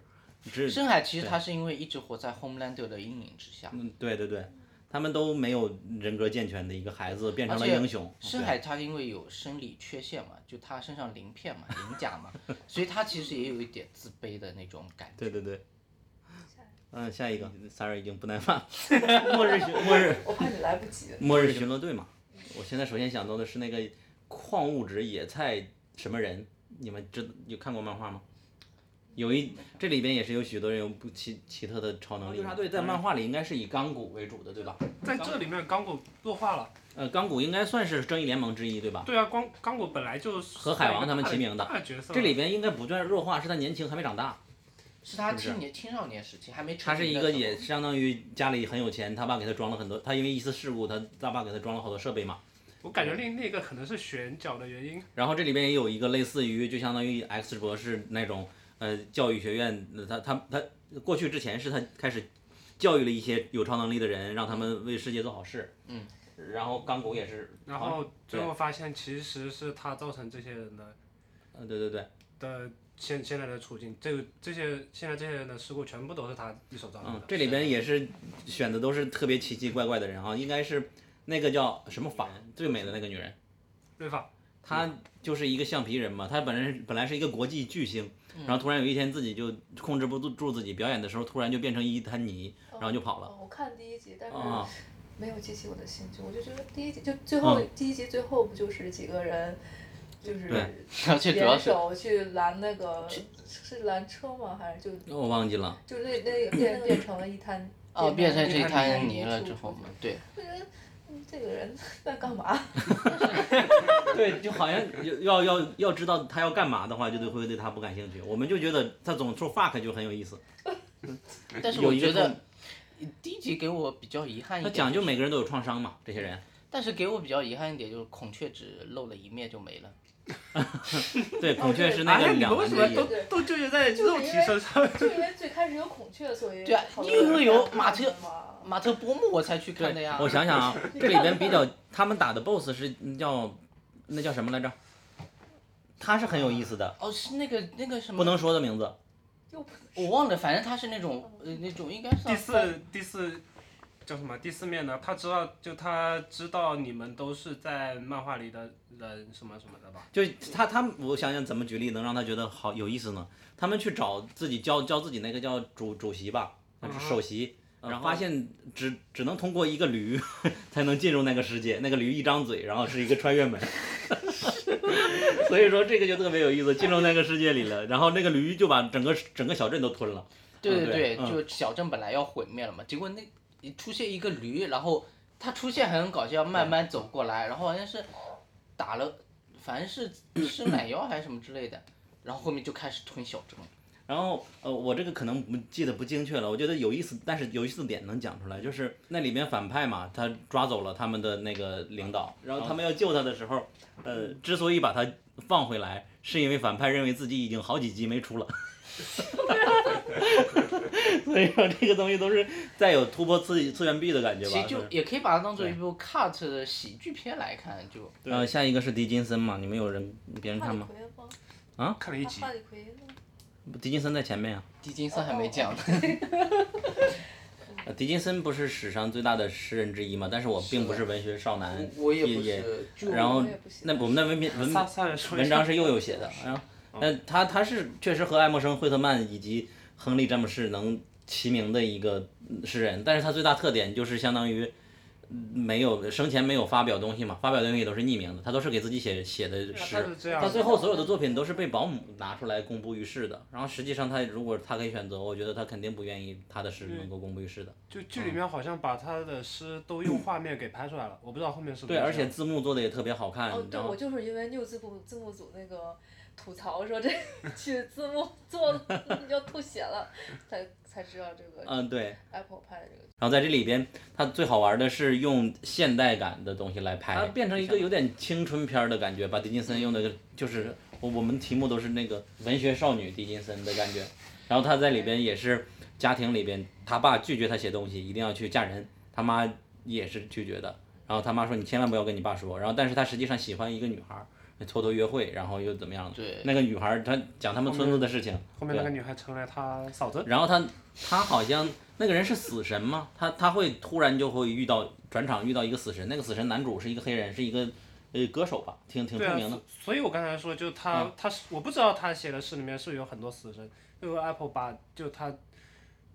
只深海其实他是因为一直活在 Homelander 的阴影之下，嗯对对对，他们都没有人格健全的一个孩子变成了而且英雄。深海他因为有生理缺陷嘛，就他身上鳞片嘛、鳞甲 嘛，所以他其实也有一点自卑的那种感觉。对对对。嗯，下一个，Sara 已经不耐烦了。 末日巡末日我怕你来不及。 末日巡逻队嘛，我现在首先想到的是那个矿物质野菜什么人，你们知有看过漫画吗？有一这里边也是有许多人有不奇奇特的超能力。纠察队在漫画里应该是以钢骨为主的，对吧？在这里面，刚果弱化了。呃，钢骨应该算是正义联盟之一，对吧？对啊，刚刚果本来就是和海王他们齐名的大角色。这里边应该不算弱化，是他年轻还没长大。是是他不是青年青少年时期还没成他是一年个的时候也相当于家里很有钱，他爸给他装了很多，他因为一次事故，他他爸给他装了好多设备嘛。我感觉另那个可能是选角的原因，然后这里边也有一个类似于，就相当于 X 博士那种，呃，教育学院，呃他他他过去之前是他开始教育了一些有超能力的人，让他们为世界做好事。嗯。然后钢骨也是，然后最后发现其实是他造成这些人的呃，对对对，的现现在的处境，这个这些现在这些人的事故全部都是他一手造成嗯的，。这里边也是选的都是特别奇奇怪怪的人啊，应该是那个叫什么法最美的那个女人。瑞法，他就是一个橡皮人嘛，他本人本来是一个国际巨星，然后突然有一天自己就控制不住住自己，表演的时候突然就变成一滩泥，然后就跑了。哦，我看第一集，但是啊，没有激起我的兴趣。我就觉得第一集就最后、嗯第一集最后不就是几个人，就是对而且主要联是手去拦那个是拦车吗？还是就我忘记了。就那那变变成了一 滩哦变成这一滩滩泥泥了处之处后嘛，对，我觉得嗯这个人 在干嘛？对，就好像要要要知道他要干嘛的话，就对会对他不感兴趣。我们就觉得他总说 fuck 就很有意思。但是有我一个觉得痛第一集给我比较遗憾一他点，讲究每个人都有创伤嘛，这些人。但是给我比较遗憾一点就是孔雀只露了一面就没了。对，孔雀是那哎呀，个你两们为环什的么一都个。 对都纠结在就是肉体因为身上？就因为最开始有孔雀，所以对啊讨，论因为有干嘛马特干嘛马特波姆我才去看的呀。我想想啊，这里边比较他们打的 BOSS 是叫那叫什么来着？他是很有意思的，哦，是那个那个什么，不能说的名字。又不我忘了，反正他是那种呃那种应该是哦第四第四叫什么？第四面呢？他知道，就他知道你们都是在漫画里的人，什么什么的吧？就他他，我想想怎么举例能让他觉得好有意思呢？他们去找自己教教自己那个叫主主席吧，还是首席，然后发现只只能通过一个驴 才能进入那个世界，那个驴一张嘴，然后是一个穿越门， 所以说这个就特别有意思，进入那个世界里了，然后那个驴就把整个整个小镇都吞了，对嗯对对嗯就小镇本来要毁灭了嘛，结果那出现一个驴，然后它出现还很搞笑，慢慢走过来，然后好像是打了，反正是吃奶药还是什么之类的，然后后面就开始吞小镇了。然后呃，我这个可能不记得不精确了，我觉得有意思，但是有意思的点能讲出来，就是那里面反派嘛，他抓走了他们的那个领导，然后他们要救他的时候，呃，之所以把他放回来，是因为反派认为自己已经好几集没出 了。所以说这个东西都是带有突破次次元壁的感觉吧。其实是就也可以把它当做一部 cut 的喜剧片来看，就呃，下一个是狄金森嘛，你们有人别人哈看利吗？奎恩吗？看了一集哈，利奎恩呢？狄金森在前面啊。狄金森还没讲呢。呃狄金森不是史上最大的诗人之一嘛？但是我并不是文学少男，哦我我也不也是，就然后我也不喜那欢我们的文 篇文萨萨人说一文下嗯章是又有写的，然后但他他是确实和爱默生、惠特曼以及亨利·詹姆士能齐名的一个嗯诗人，但是他最大特点就是相当于嗯没有生前没有发表东西嘛，发表东西都是匿名的，他都是给自己写写的啊他诗。是这样他的，最后所有的作品都是被保姆拿出来公布于世的，然后实际上他如果他可以选择，我觉得他肯定不愿意他的诗嗯能够公布于世的。就剧里面好像把他的诗都用画面给拍出来了，我不知道后面是不对，是而这样且字幕做的也特别好看，哦，对，然后我就是因为 new 字幕字幕组那个吐槽 说这去字幕做你就吐血了，才才知道这个嗯对， Apple 拍的这个。然后在这里边，它最好玩的是用现代感的东西来拍，它变成一个有点青春片儿的感觉，把狄金森用的就是我我们题目都是那个文学少女狄金森的感觉。然后她在里边也是家庭里边，她爸拒绝她写东西，一定要去嫁人，她妈也是拒绝的。然后她妈说你千万不要跟你爸说。然后但是她实际上喜欢一个女孩儿，偷偷约会，然后又怎么样了？对那个女孩儿她讲他们村子的事情，后面那对个女孩成了他嫂子，然后他他好像那个人是死神吗？他他会突然就会遇到转场遇到一个死神，那个死神男主是一个黑人，是一个呃歌手吧，挺挺对出啊名的。，嗯所以我刚才说，就他他是我不知道他写的诗里面是有很多死神，因为 Apple 把就他，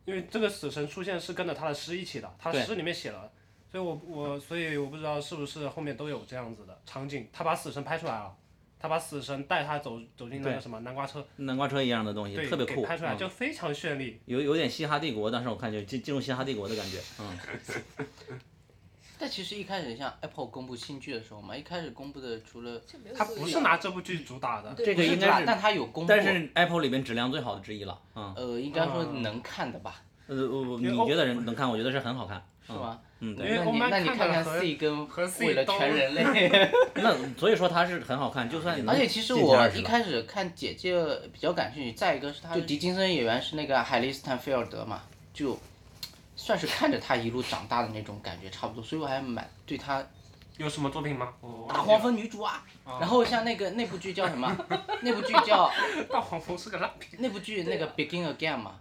因为这个死神出现是跟着他的诗一起的，他对诗里面写了。所以我，我所以我不知道是不是后面都有这样子的场景，他把死神拍出来了，他把死神带他走走进那个对什么南瓜车，南瓜车一样的东西，对，特别给酷，拍出来嗯就非常绚丽。有有点嘻哈帝国，当时我看就进进入嘻哈帝国的感觉，嗯。但其实一开始像 Apple 公布新剧的时候嘛，一开始公布的除了这没有他作不用是拿这部剧主打的，这个应该不是但它有公布，但是 Apple 里边质量最好的之一了，嗯，呃，应该说嗯能看的吧，呃，我你觉得人能看，我觉得是很好看，是吗？嗯，对。因为那欧你曼那你看看看的和 C 跟和 C 为了都全人 类，那所以说它是很好看，就算而且其实进去我20了一开始看姐姐比较感兴趣，再一个是她就狄金森演员是那个海利斯坦菲尔德嘛，就算是看着他一路长大的那种感觉差不多，所以我还蛮对他有什么作品吗？我大黄蜂女主啊，然后像那个那部剧叫什 么？那部剧叫大黄蜂是个烂片。那部剧那个 Begin Again 嘛，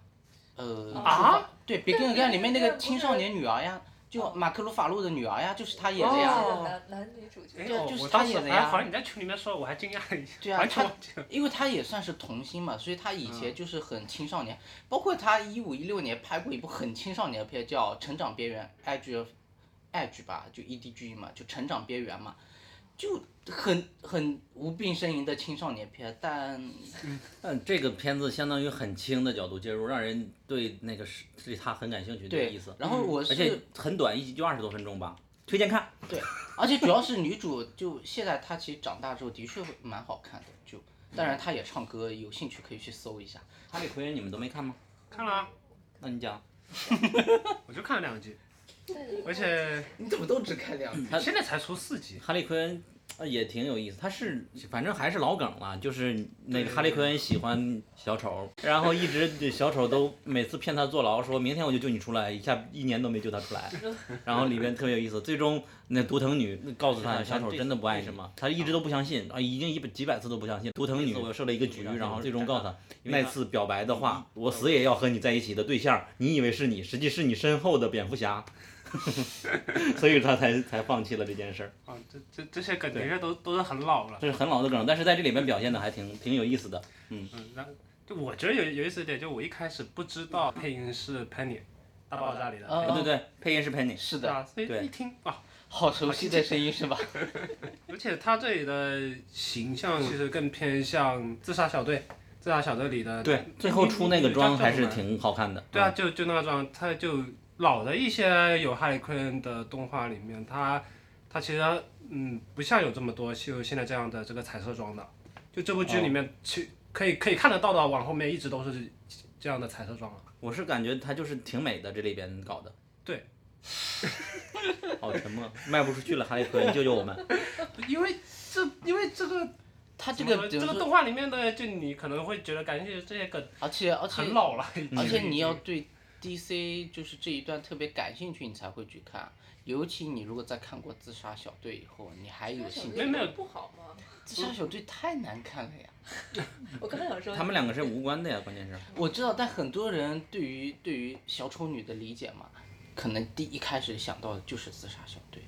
呃啊，对 Begin Again 里面那个青少年女儿呀，就马克鲁法洛的女儿呀，就是她演的呀。哦男男女主角哎，就我就是我他当时演的还呀好像你在群里面说，我还惊讶了一下，对啊完全他忘记了。因为他也算是童星嘛，所以他以嗯前就是很青少年，包括他一五一六年拍过一部很青少年的片，叫《成长边缘》（Edge of Edge） 吧，就 E D G 嘛，就成长边缘嘛，就很很无病呻吟的青少年片，但但嗯这个片子相当于很轻的角度介入，让人对那个是对它很感兴趣的对意思，，嗯然后我而且是很短，一集就二十多分钟吧，推荐看。对，而且主要是女主就现在她其实长大之后的确会蛮好看的，就当然她也唱歌，有兴趣可以去搜一下。哈利奎恩你们都没看吗？看了啊，那你讲，我就看了两集，但你而且你怎么都只看两集？他现在才出四集。哈利奎恩呃也挺有意思，他是反正还是老梗了，就是那个哈利奎恩喜欢小丑，然后一直小丑都每次骗他坐牢，说明天我就救你出来，一下一年都没救他出来，然后里边特别有意思，最终那独藤女告诉他小丑真的不爱你嘛，他一直都不相信啊，已经一百几百次都不相信，独藤女我设了一个局，然后最终告诉他嗯那次表白的话，我死也要和你在一起的对象，你以为是你，实际是你身后的蝙蝠 侠。所以他才才放弃了这件事儿。啊，这这这些梗的对确都都是很老了。这是很老的梗，但是在这里面表现的还挺挺有意思的。嗯，然后就我觉得有有意思一点，就我一开始不知道配音是 Penny，大爆炸里的啊 Penny，对对对，配音是 Penny，是对的，啊，所以对一听啊，好熟悉的声音是吧？而且他这里的形象其实更偏向自杀小队，自杀小队里的对，最后出那个妆还是挺好看的。对啊，，就就那张，他就老的一些有哈利奎恩的动画里面，他他其实嗯不像有这么多就现在这样的这个彩色妆的，就这部剧里面其、可以可以看得到的，往后面一直都是这样的彩色妆了。嗯我是感觉她就是挺美的，这里边搞的。对， 好沉默，卖不出去了，哈利奎恩救救我们！ 因为这因为这个他这怎个么说比如这个说动画里面的，就你可能会觉得感谢这些梗而且而且很老嗯了，嗯已经而且你要对 DC 就是这一段特别感兴趣，你才会去看。尤其你如果在看过《自杀小队》以后，你还有兴趣。没没有不好吗？自杀小队太难看了呀！我刚想说他们两个是无关的呀，关键是。我知道，但很多人对于对于小丑女的理解嘛，可能第一开始想到的就是自杀小队。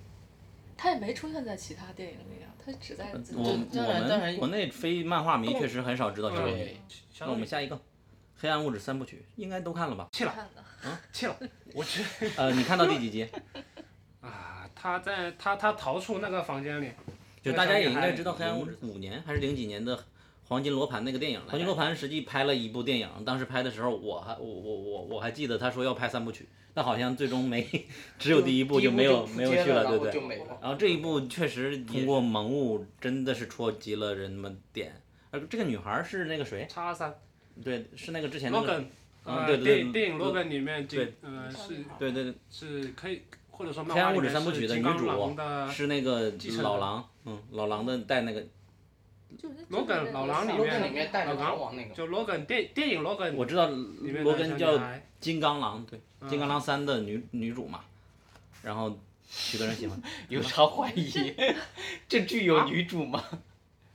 他也没出现在其他电影里啊，他只在自己我对当然我当们然国内非漫画迷确实很少知道这个。对，小那我们下一个，《黑暗物质》三部曲应该都看了吧？气了看的。气了，我去呃，你看到第几集？啊！他在他他逃出那个房间里，就大家也应该知道，《黑暗物质》五年还是零几年的黄金罗盘那个电影了。黄金罗盘实际拍了一部电影，当时拍的时候，我还我我我我还记得他说要拍三部曲，但好像最终没，只有第一部就没有第一没有不接去了，对不然后对？就没了。然后这一部确实通过萌物真的是戳击了人们点。而这个女孩是那个谁？叉三对，是那个之前那个 Logan，嗯呃，对对电影对电影 Logan 里面对这呃是对对是可以或者说对，漫黑画暗里物质面三部是曲的金女刚主狼的是那个继承人老狼，嗯，老狼的带那个，就是罗梗老狼里罗面根里面带着狼王那个，就 Logan 电电影 Logan 我知道里面罗的小根女叫孩，金刚狼，对，嗯金刚狼三的女女主嘛，然后许多人喜 欢，有啥怀疑？ 这剧有女主吗？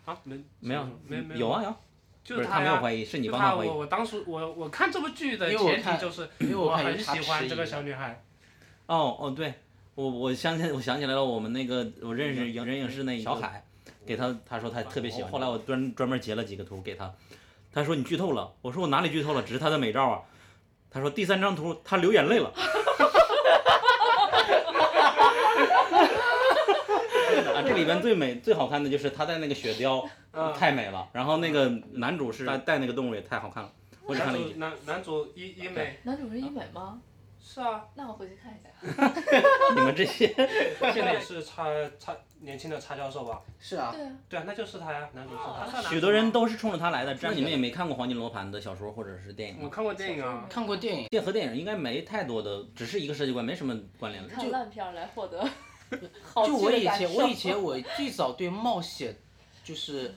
啊没没有没没有啊有，就不是是他没呀有怀疑，是你就帮他他怀疑我，我当初我我看这部剧的因为我前提看就是啊因为我看很有她喜欢这个迟疑小女孩，哦哦对，我我想起我想起来了，我们那个我认识嗯影人影视那一个小海，给他他说他特别喜哦欢，后来我专专门截了几个图给他，他说你剧透了，我说我哪里剧透了，只是他的美照啊，他说第三张图他流眼泪了。 啊，这里边最美、最好看的就是他带那个雪貂，嗯太美了。然后那个男主是他带那个动物也太好看了，我只 男看了主一集。男男主男主是医医美医美吗？是 啊，那我回去看一下。你们这些现在也是差差年轻的差教授吧？是啊，对啊，对啊，那就是他呀，男主是哦他。啊许多人都是冲着他来的，只然你们也没看过《黄金罗盘》的小说或者是电影我吗，看过电影啊，看过电影，这和电影应该没太多的，只是一个世界观，没什么关联了。看烂片儿来获得好就剧我的以感受。前，我以前我最早对冒险，就是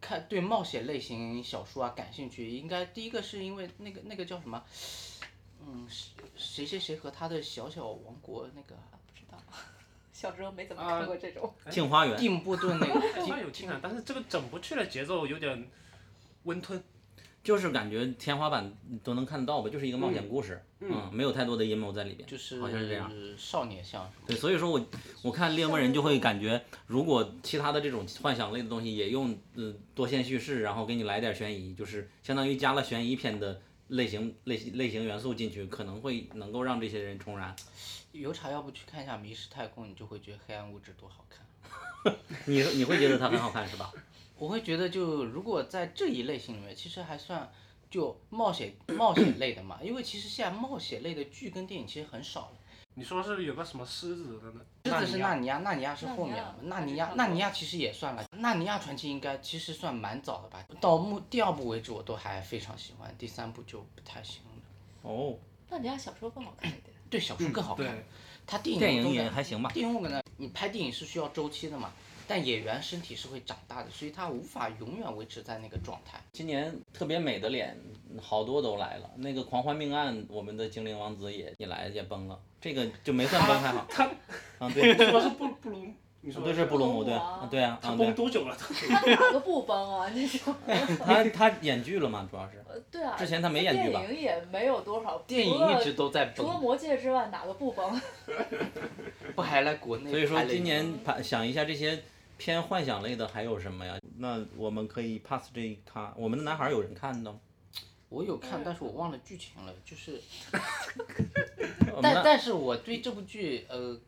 看对冒险类型小说啊感兴趣，应该第一个是因为那个那个叫什么，嗯，谁谁谁谁和他的小小王国那个不知道，小时候没怎么看过这种。镜花园蒂姆·布顿那个啊 好像有进展，但是这个整部剧的节奏有点温吞。就是感觉天花板都能看得到吧，就是一个冒险故事，嗯，没有太多的阴谋在里边，就是好像是这样。少年像对，所以说我我看《猎魔人》就会感觉，如果其他的这种幻想类的东西也用嗯、多线叙事，然后给你来点悬疑，就是相当于加了悬疑片的类型类型类型元素进去，可能会能够让这些人重燃。油茶，要不去看一下《迷失太空》，你就会觉得《黑暗物质》多好看。你你会觉得它很好看是吧？我会觉得，就如果在这一类型里面，其实还算就冒险冒险类的嘛，因为其实现在冒险类的剧跟电影其实很少了。你说是不是有个什么狮子的呢？狮子是那纳尼亚，纳尼亚是后面了嘛，纳纳尼尼亚亚，纳尼亚其实也算了，纳尼亚传奇应该其实算蛮早的吧。到目第二部为止，我都还非常喜欢，第三部就不太行了。 哦，那你家小说更好看一 点。对小说更好看，对他电影电影中的也还行吧。电影我可能你拍电影是需要周期的嘛，但演员身体是会长大的，所以他无法永远维持在那个状态。今年特别美的脸好多都来了，那个《狂欢命案》，我们的精灵王子也也来也崩了，这个就没算崩还好。他啊，对，说是布布鲁， 你说对是布鲁姆，布对，鲁姆啊啊对啊，他啊崩对，多久了？哪个不帮啊？你说，他他演剧了嘛，主要是。呃对啊，之前他没演剧吧电影也没有多少，电影一直都在除了除了崩，魔戒之外，哪个不帮？不还来国内拍所了以一个？说今年盘想一下这些偏幻想类的还有什么呀？那我们可以 pass 这一咖。我们的男孩有人看到吗？我有看，但是我忘了剧情了，就是，我们但那但是我对这部剧呃。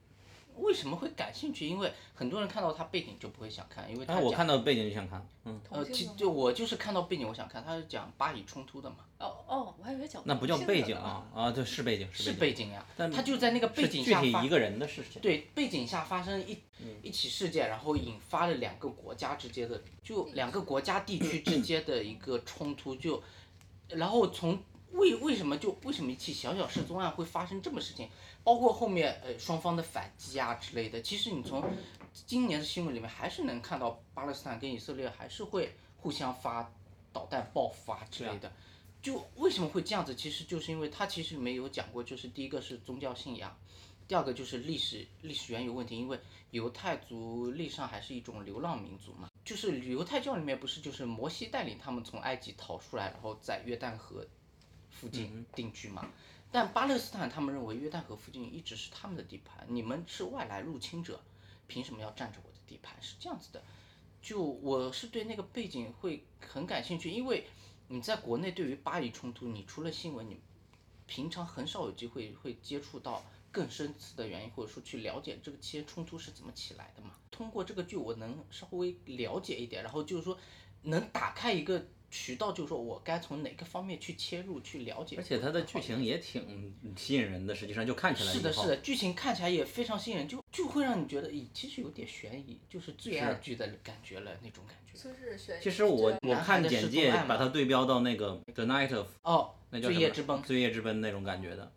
为什么会感兴趣？因为很多人看到它背景就不会想看，因为它哎，讲、我看到背景就想看，嗯，呃，同其性的就吗我就是看到背景我想看，它是讲巴以冲突的嘛，哦哦，我还以为讲那不叫同性的背景呢啊，啊，对，是背景，背是景，背景呀、但它就在那个背是景具下体发一个人的事情。对背景下发生一、一起事件，然后引发了两个国家之间的，就两个国家地区之间的一个冲突，就然后从为为什么就为什么一起小小失踪案会发生这么事情，包括后面呃双方的反击啊之类的，其实你从今年的新闻里面还是能看到巴勒斯坦跟以色列还是会互相发导弹爆发之类的。就为什么会这样子？其实就是因为它其实里面有讲过，就是第一个是宗教信仰，第二个就是历史历史缘由问题，因为犹太族历史上还是一种流浪民族嘛，就是犹太教里面不是就是摩西带领他们从埃及逃出来，然后在约旦河附近定居嘛。但巴勒斯坦他们认为约旦河附近一直是他们的地盘，你们是外来入侵者，凭什么要占着我的地盘？是这样子的。就我是对那个背景会很感兴趣，因为你在国内对于巴以冲突，你除了新闻，你平常很少有机会会接触到更深次的原因，或者说去了解这个期间冲突是怎么起来的嘛。通过这个剧，我能稍微了解一点，然后就是说能打开一个渠道，就是说我该从哪个方面去切入去了解。而且它的剧情也挺吸引人的，实际上就看起来是的，以后是的，剧情看起来也非常吸引人，就就会让你觉得，咦，其实有点悬疑，就是罪案剧的感觉了那种感觉。就是选。其实我我男孩看的简失踪介案嘛把它对标到那个《The Night of》，哦，那叫罪什业么之崩，罪业之奔那种感觉的，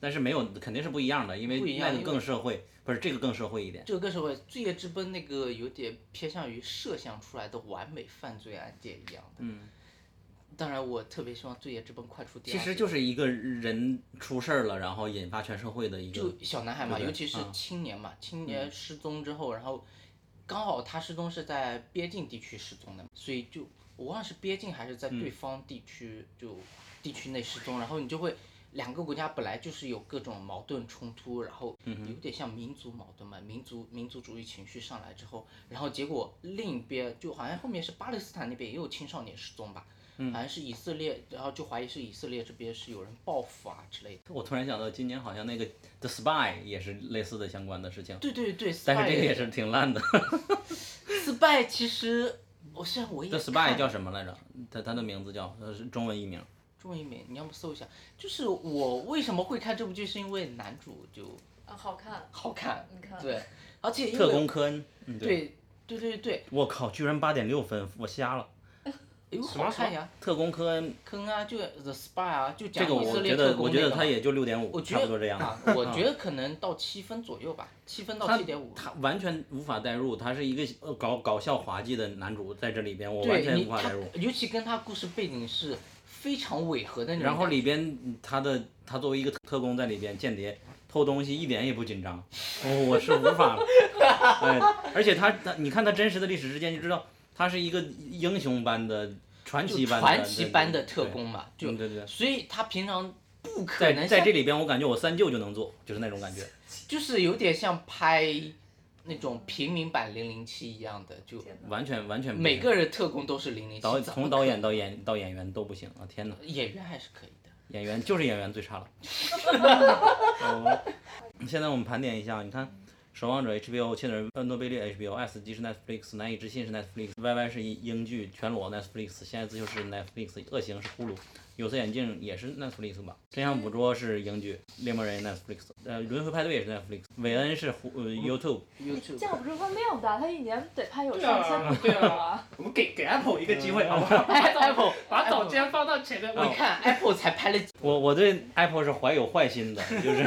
但是没有肯定是不一样的，因不为一样那个因为更社会，不是这个更社会一点。这个时候罪业之奔那个有点偏向于设想出来的完美犯罪案件一样的。嗯。当然，我特别希望《罪业之奔》快出第其二实季就是一个人出事儿了，然后引发全社会的一个就小男孩嘛，对尤对其是嗯青年嘛，青年失踪之后，然后刚好他失踪是在边境地区失踪的，所以就我忘了是边境还是在嗯对方地区、就地区内失踪，然后你就会两个国家本来就是有各种矛盾冲突，然后嗯有点像民族矛盾嘛，民族民族主义情绪上来之后，然后结果另一边就好像后面是巴勒斯坦那边也有青少年失踪吧。嗯好像是以色列，然后就怀疑是以色列这边是有人报复啊之类的。我突然想到，今年好像那个《The Spy》也是类似的相关的事情，对对对，但是这个 spy 也是挺 烂的。 Spy 其实，我虽然我也 The 看 Spy 叫什么来着？它它的名字叫呃是中文译名中文名，你要么搜一下。就是我为什么会看这部剧，是因为男主就啊，好看，好看，你看对，而且因特工为科恩，嗯，对，对对对对，我靠，居然八点六分，我瞎了。因为什么好看呀，特工科恩，坑啊，就 The Spy 啊，就这讲个以我色觉列得特，工我觉那得个他嘛也就六点五，我觉差得不多这样。嗯啊，我觉得可能到七分左右吧，七分到他七点五。他完全无法代入，他是一个呃搞搞笑滑稽的男主在这里边，我完对全你无法代他入。，尤其跟他故事背景是非常违和的那种感觉。然后里边嗯他的他作为一个特工在里边间谍偷东西一点也不紧张，哦，我是无法了。哎，而且他他你看他真实的历史事件就知道，他是一个英雄般的传就奇般的传奇般的对特工嘛，就嗯对对对所以他平常不可在能在像这里边，我感觉我三舅就能做，就是那种感觉。就是有点像拍那种平民版零零七一样的，就天哪完全完全不每行个人特工都是零零七，导怎么从导演到演到演员都不行啊！天哪，演员还是可以的。演员就是演员最差了。哦，现在我们盘点一下，你看。守望者 HBO，切尔诺贝利 HBO，S 级是 Netflix，难以置信是 Netflix，YY 是英英剧，全裸 Netflix，现在自修是 Netflix，恶行是呼噜，有色眼镜也是 Netflix 吧，真相捕捉是英剧，猎魔人 Netflix，呃，轮回派对也是 Netflix，韦恩是呼呃 YouTube， YouTube 架不住他量大，他一年得拍有对上千啊部对啊了吧？我们给给 Apple 一个机会好不好？哎 Apple， 把早 Apple 间放到前面。你我看 Apple 才拍了几，我我对 Apple 是怀有坏心的，就是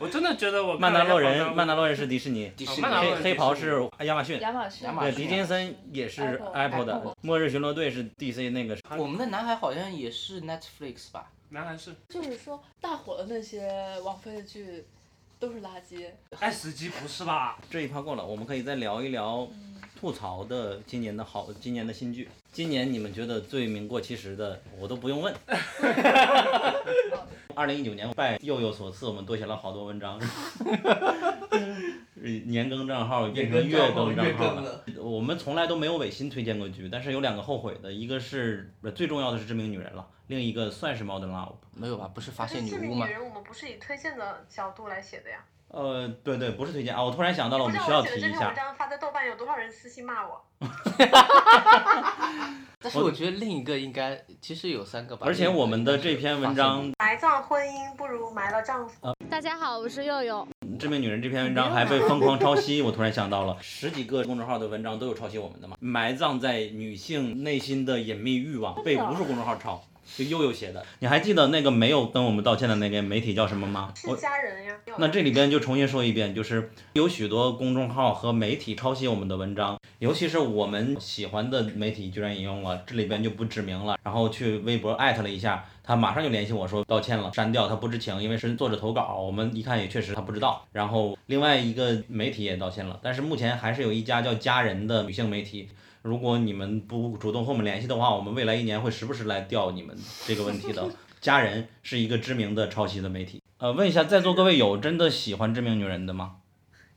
我真的觉得我曼达洛人，曼曼达洛人是迪士尼，迪士尼曼达洛黑人黑袍迪士是亚马逊， 亚马逊，亚马对，逊狄金森也是 Apple Apple 的 Apple，末日巡逻队是 DC 那个，我们的男孩好像也是 Netflix 吧？男孩是就是说大火的那些王菲的剧都是垃圾，爱死机不是吧？这一趴过了，我们可以再聊一聊吐槽的今年的好，今年的新剧，今年你们觉得最名过其实的，我都不用问。二零一九年拜佑佑所赐，我们多写了好多文章。 年更账号变成月更账号了。我们从来都没有违心推荐过剧，但是有两个后悔的，一个是呃最重要的是《致命女人》了，另一个算是《Modern Love》。没有吧？不是发现这女致巫命吗女？人，我们不是以推荐的角度来写的呀。呃，对对，不是推荐啊，我突然想到了，不我知们道需要我写提的这一篇文下。章发在豆瓣，有多少人私信骂我？但是我觉得另一个应该其实有三个吧。而且我们的这篇文章埋葬婚姻不如埋了丈啊夫。大家好，我是佑佑。 《致命女人》这篇文章还被疯狂抄 袭，我突然想到了，十几个公众号的文章都有抄袭我们的嘛，埋葬在女性内心的隐秘欲望，被无数公众号抄。就悠悠 写的，你还记得那个没有跟我们道歉的那个媒体叫什么吗？是我家人呀，那这里边就重新说一遍，就是有许多公众号和媒体抄袭我们的文章，尤其是我们喜欢的媒体居然引用了，这里边就不指名了，然后去微博艾特了一下，他马上就联系我说道歉了，删掉，他不知情，因为是作者投稿，我们一看也确实他不知道。然后另外一个媒体也道歉了，但是目前还是有一家叫佳人的女性媒体。如果你们不主动和我们联系的话，我们未来一年会时不时来调你们这个问题的。佳人是一个知名的抄袭的媒体。呃，问一下在座各位有真的喜欢《致命女人》的吗？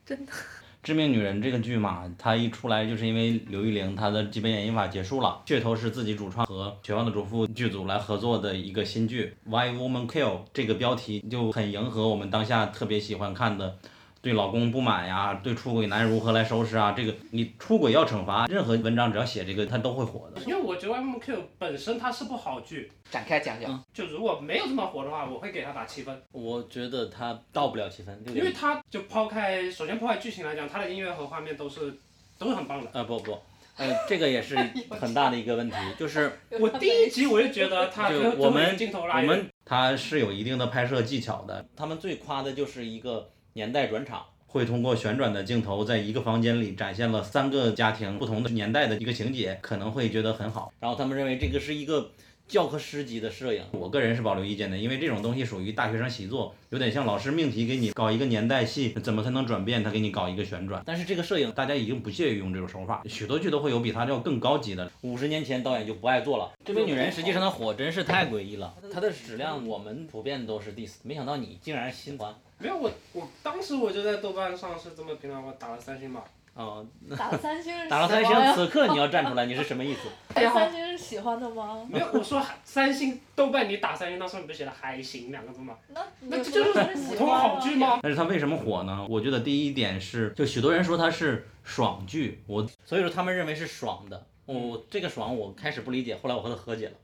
真的。 《致命女人》这个剧嘛，它一出来就是因为刘玉玲她的基本演绎法结束了，噱头是自己主创和《绝望的主妇》剧组来合作的一个新剧《Why Woman Kill》，这个标题就很迎合我们当下特别喜欢看的对老公不满呀，对出轨男如何来收拾啊？这个你出轨要惩罚，任何文章只要写这个，它都会火的。因为我觉得 M Q 本身它是部好剧，展开讲讲，就如果没有这么火的话，我会给它打七分，我觉得它到不了七分，因为它就抛开首先抛开剧情来讲，它的音乐和画面都是都是很 棒的。呃不不，呃这个也是很大的一个问题，就是我第一集我就觉得它最就后我们镜头我拉远，们它是有一定的拍摄技巧的，他们最夸的就是一个年代转场。会通过旋转的镜头，在一个房间里展现了三个家庭不同的年代的一个情节，可能会觉得很好。然后他们认为这个是一个教科书级的摄影，我个人是保留意见的，因为这种东西属于大学生习作，有点像老师命题给你搞一个年代戏，怎么才能转变，他给你搞一个旋转。但是这个摄影大家已经不屑于用这种手法，许多剧都会有比它要更高级的。五十年前导演就不爱做了。这位女人实际上的火真是太诡异了， 她的质量我们普遍都是 diss，没想到你竟然心欢。没有我我当时我就在豆瓣上是这么评价，我打了 三星吧。哦，打了三星是打了三喜欢星，呀此刻你要站出来，你是什么意思？打了三星是喜欢的吗？没有，我说三星豆瓣你打三星，那上面不是写了还行两个字吗？ 那那你这就不是喜普通啊欢好剧？吗？ 但是它为什么火呢？我觉得第一点是，就许多人说它是爽剧，我所以说他们认为是爽的。我、这个爽我开始不理解，后来我和他和解了。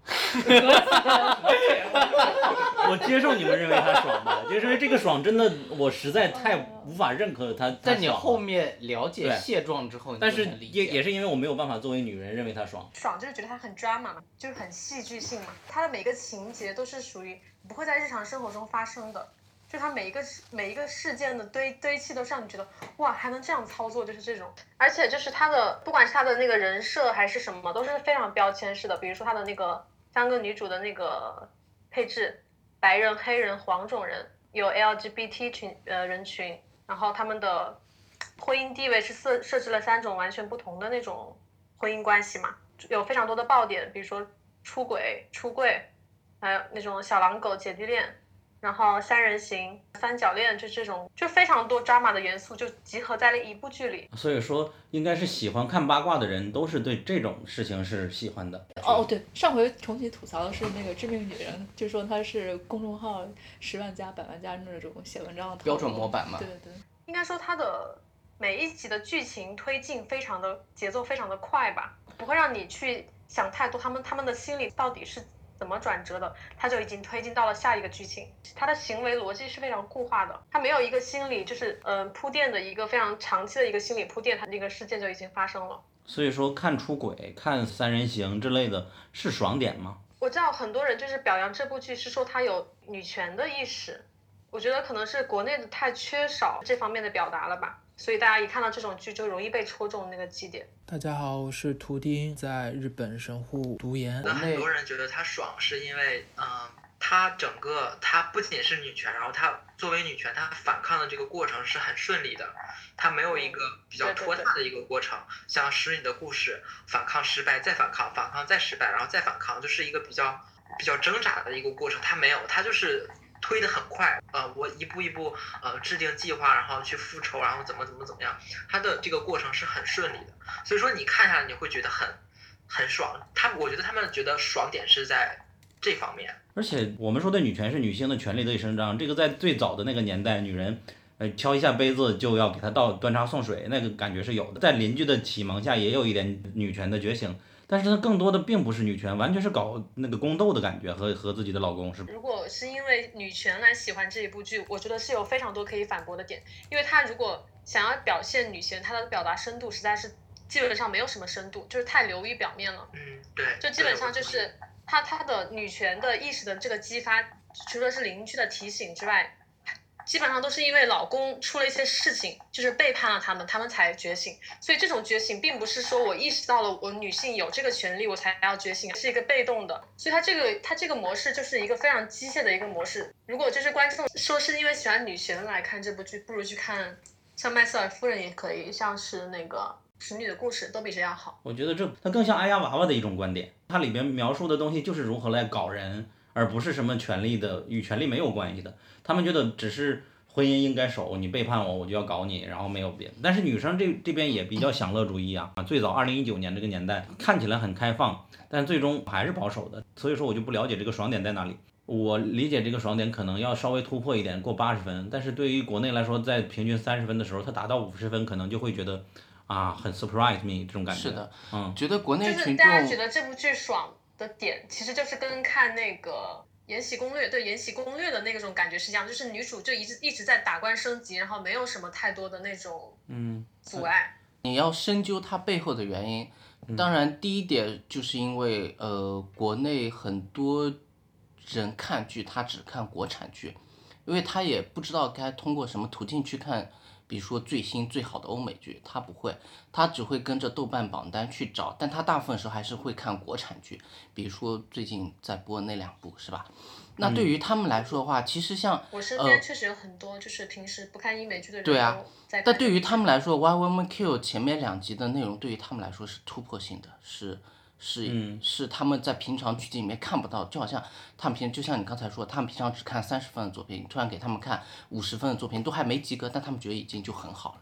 啊我接受你们认为他爽吧， 就是因为这个爽真的，我实在太无法认可他。他在你爽了后，面了解对现状之后，你但就是能理也解也是因为我没有办法作为女人认为他爽。爽就是觉得它很 drama 嘛，就是很戏剧性嘛。它的每个情节都是属于不会在日常生活中发生的，就它每一个事每一个事件的堆堆砌都是让你觉得哇，还能这样操作，就是这种。而且就是它的，不管是它的那个人设还是什么，都是非常标签式的。比如说它的那个三个女主的那个配置，白人、黑人、黄种人，有 LGBT 群呃人群，然后他们的婚姻地位是设设置了三种完全不同的那种婚姻关系嘛。有非常多的爆点，比如说出轨、出柜，还有那种小狼狗姐弟恋，然后三人行、三角恋，就这种就非常多 drama 的元素就集合在了一部剧里。所以说，应该是喜欢看八卦的人都是对这种事情是喜欢的。哦，对，上回重启吐槽的是那个致命女人，就说她是公众号十万加、百万加那种写文章的套路标准模板嘛对对，应该说它的每一集的剧情推进非常的节奏非常的快吧，不会让你去想太多，他们他们的心理到底是怎么转折的，他就已经推进到了下一个剧情。他的行为逻辑是非常固化的，他没有一个心理就是嗯、呃铺垫的一个非常长期的一个心理铺垫，他那个事件就已经发生了。所以说，看出轨、看三人行之类的是爽点吗？我知道很多人就是表扬这部剧，是说它有女权的意识。我觉得可能是国内的太缺少这方面的表达了吧，所以大家一看到这种剧就容易被戳中那个基点。大家好，我是图丁，在日本神户读研。那很多人觉得它爽，是因为，嗯、它整个它不仅是女权，然后它作为女权，它反抗的这个过程是很顺利的，它没有一个比较对对拖沓的一个过程。像《使你的故事》，反抗失败，再反抗，反抗再失败，然后再反抗，就是一个比较比较挣扎的一个过程。它没有，它就是。推得很快，呃，我一步一步，呃，制定计划，然后去复仇，然后怎么怎么怎么样，它的这个过程是很顺利的，所以说你看下来你会觉得很很爽。他我觉得他们觉得爽点是在这方面。而且我们说的女权是女性的权利得以伸张，这个在最早的那个年代，女人，呃，敲一下杯子就要给她倒端茶送水，那个感觉是有的。在邻居的启蒙下，也有一点女权的觉醒，但是它更多的并不是女权，完全是搞那个宫斗的感觉和和自己的老公是吧？如果是因为女权来喜欢这一部剧，我觉得是有非常多可以反驳的点，因为他如果想要表现女权，他的表达深度实在是基本上没有什么深度，就是太流于表面了。嗯，对，就基本上就是他他的女权的意识的这个激发，除了是邻居的提醒之外，基本上都是因为老公出了一些事情，就是背叛了他们，他们才觉醒。所以这种觉醒并不是说我意识到了我女性有这个权利我才要觉醒，是一个被动的。所以他这个他这个模式就是一个非常机械的一个模式。如果就是观众说是因为喜欢女权来看这部剧，不如去看像麦瑟尔夫人也可以，像是那个使女的故事都比这要好。我觉得这它更像阿丫娃娃的一种观点，它里边描述的东西就是如何来搞人，而不是什么权利的与权利没有关系的。他们觉得只是婚姻应该守，你背叛我，我就要搞你，然后没有别的。但是女生这这边也比较享乐主义啊，啊最早二零一九年这个年代看起来很开放，但最终还是保守的。所以说我就不了解这个爽点在哪里。我理解这个爽点可能要稍微突破一点，过八十分。但是对于国内来说，在平均三十分的时候，它达到五十分，可能就会觉得啊，很 surprise me 这种感觉。是的，嗯，觉得国内就是群大众家觉得这部剧爽的点，其实就是跟看那个《延禧攻略》对《延禧攻略》的那种感觉是一样，就是女主就一直一直在打怪升级，然后没有什么太多的那种嗯，阻碍。你要深究它背后的原因。当然，第一点就是因为呃，国内很多人看剧，他只看国产剧，因为他也不知道该通过什么途径去看，比如说最新最好的欧美剧，他不会，他只会跟着豆瓣榜单去找，但他大部分时候还是会看国产剧，比如说最近在播那两部，是吧？那对于他们来说的话，其实像我身呃边确实有很多就是平时不看医美剧的人，对啊，在看但对于他们来说，Y Y M Q 前面两集的内容对于他们来说是突破性的，是是、嗯是他们在平常剧集里面看不到，就好像他们平就像你刚才说，他们平常只看三十分的作品，你突然给他们看五十分的作品，都还没及格，但他们觉得已经就很好了。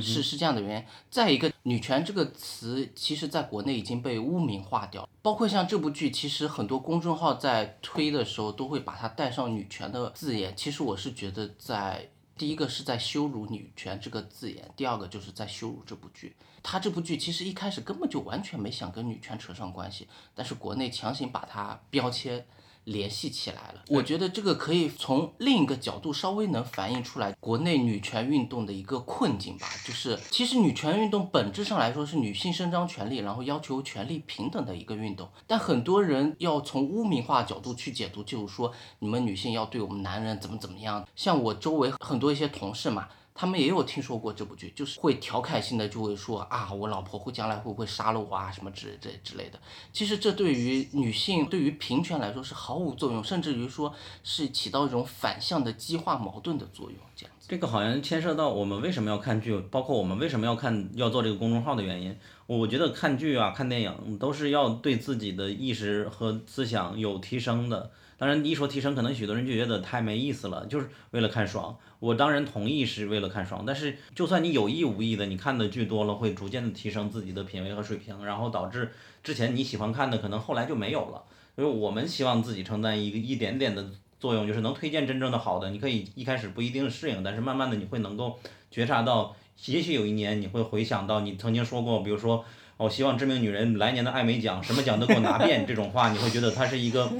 是是这样的原因。再一个，女权这个词其实在国内已经被污名化掉了，包括像这部剧，其实很多公众号在推的时候都会把它带上女权的字眼。其实我是觉得在第一个是在羞辱“女权”这个字眼，第二个就是在羞辱这部剧。他这部剧其实一开始根本就完全没想跟女权扯上关系，但是国内强行把它标签联系起来了。我觉得这个可以从另一个角度稍微能反映出来国内女权运动的一个困境吧，就是其实女权运动本质上来说是女性伸张权利，然后要求权利平等的一个运动，但很多人要从污名化角度去解读，就是说你们女性要对我们男人怎么怎么样。像我周围很多一些同事嘛，他们也有听说过这部剧，就是会调侃性的就会说啊，我老婆会将来会不会杀了我啊，什么之这之类的。其实这对于女性对于平权来说是毫无作用，甚至于说是起到一种反向的激化矛盾的作用，这样子。这个好像牵涉到我们为什么要看剧，包括我们为什么要看要做这个公众号的原因。我我觉得看剧啊、看电影都是要对自己的意识和思想有提升的。当然，一说提升，可能许多人就觉得太没意思了，就是为了看爽。我当然同意是为了看爽，但是就算你有意无意的，你看的剧多了，会逐渐的提升自己的品味和水平，然后导致之前你喜欢看的，可能后来就没有了。所以我们希望自己承担一个一点点的作用，就是能推荐真正的好的。你可以一开始不一定适应，但是慢慢的你会能够觉察到，也许有一年你会回想到你曾经说过，比如说我、哦、希望《致命女人》来年的艾美奖什么奖都给我拿遍这种话，你会觉得它是一个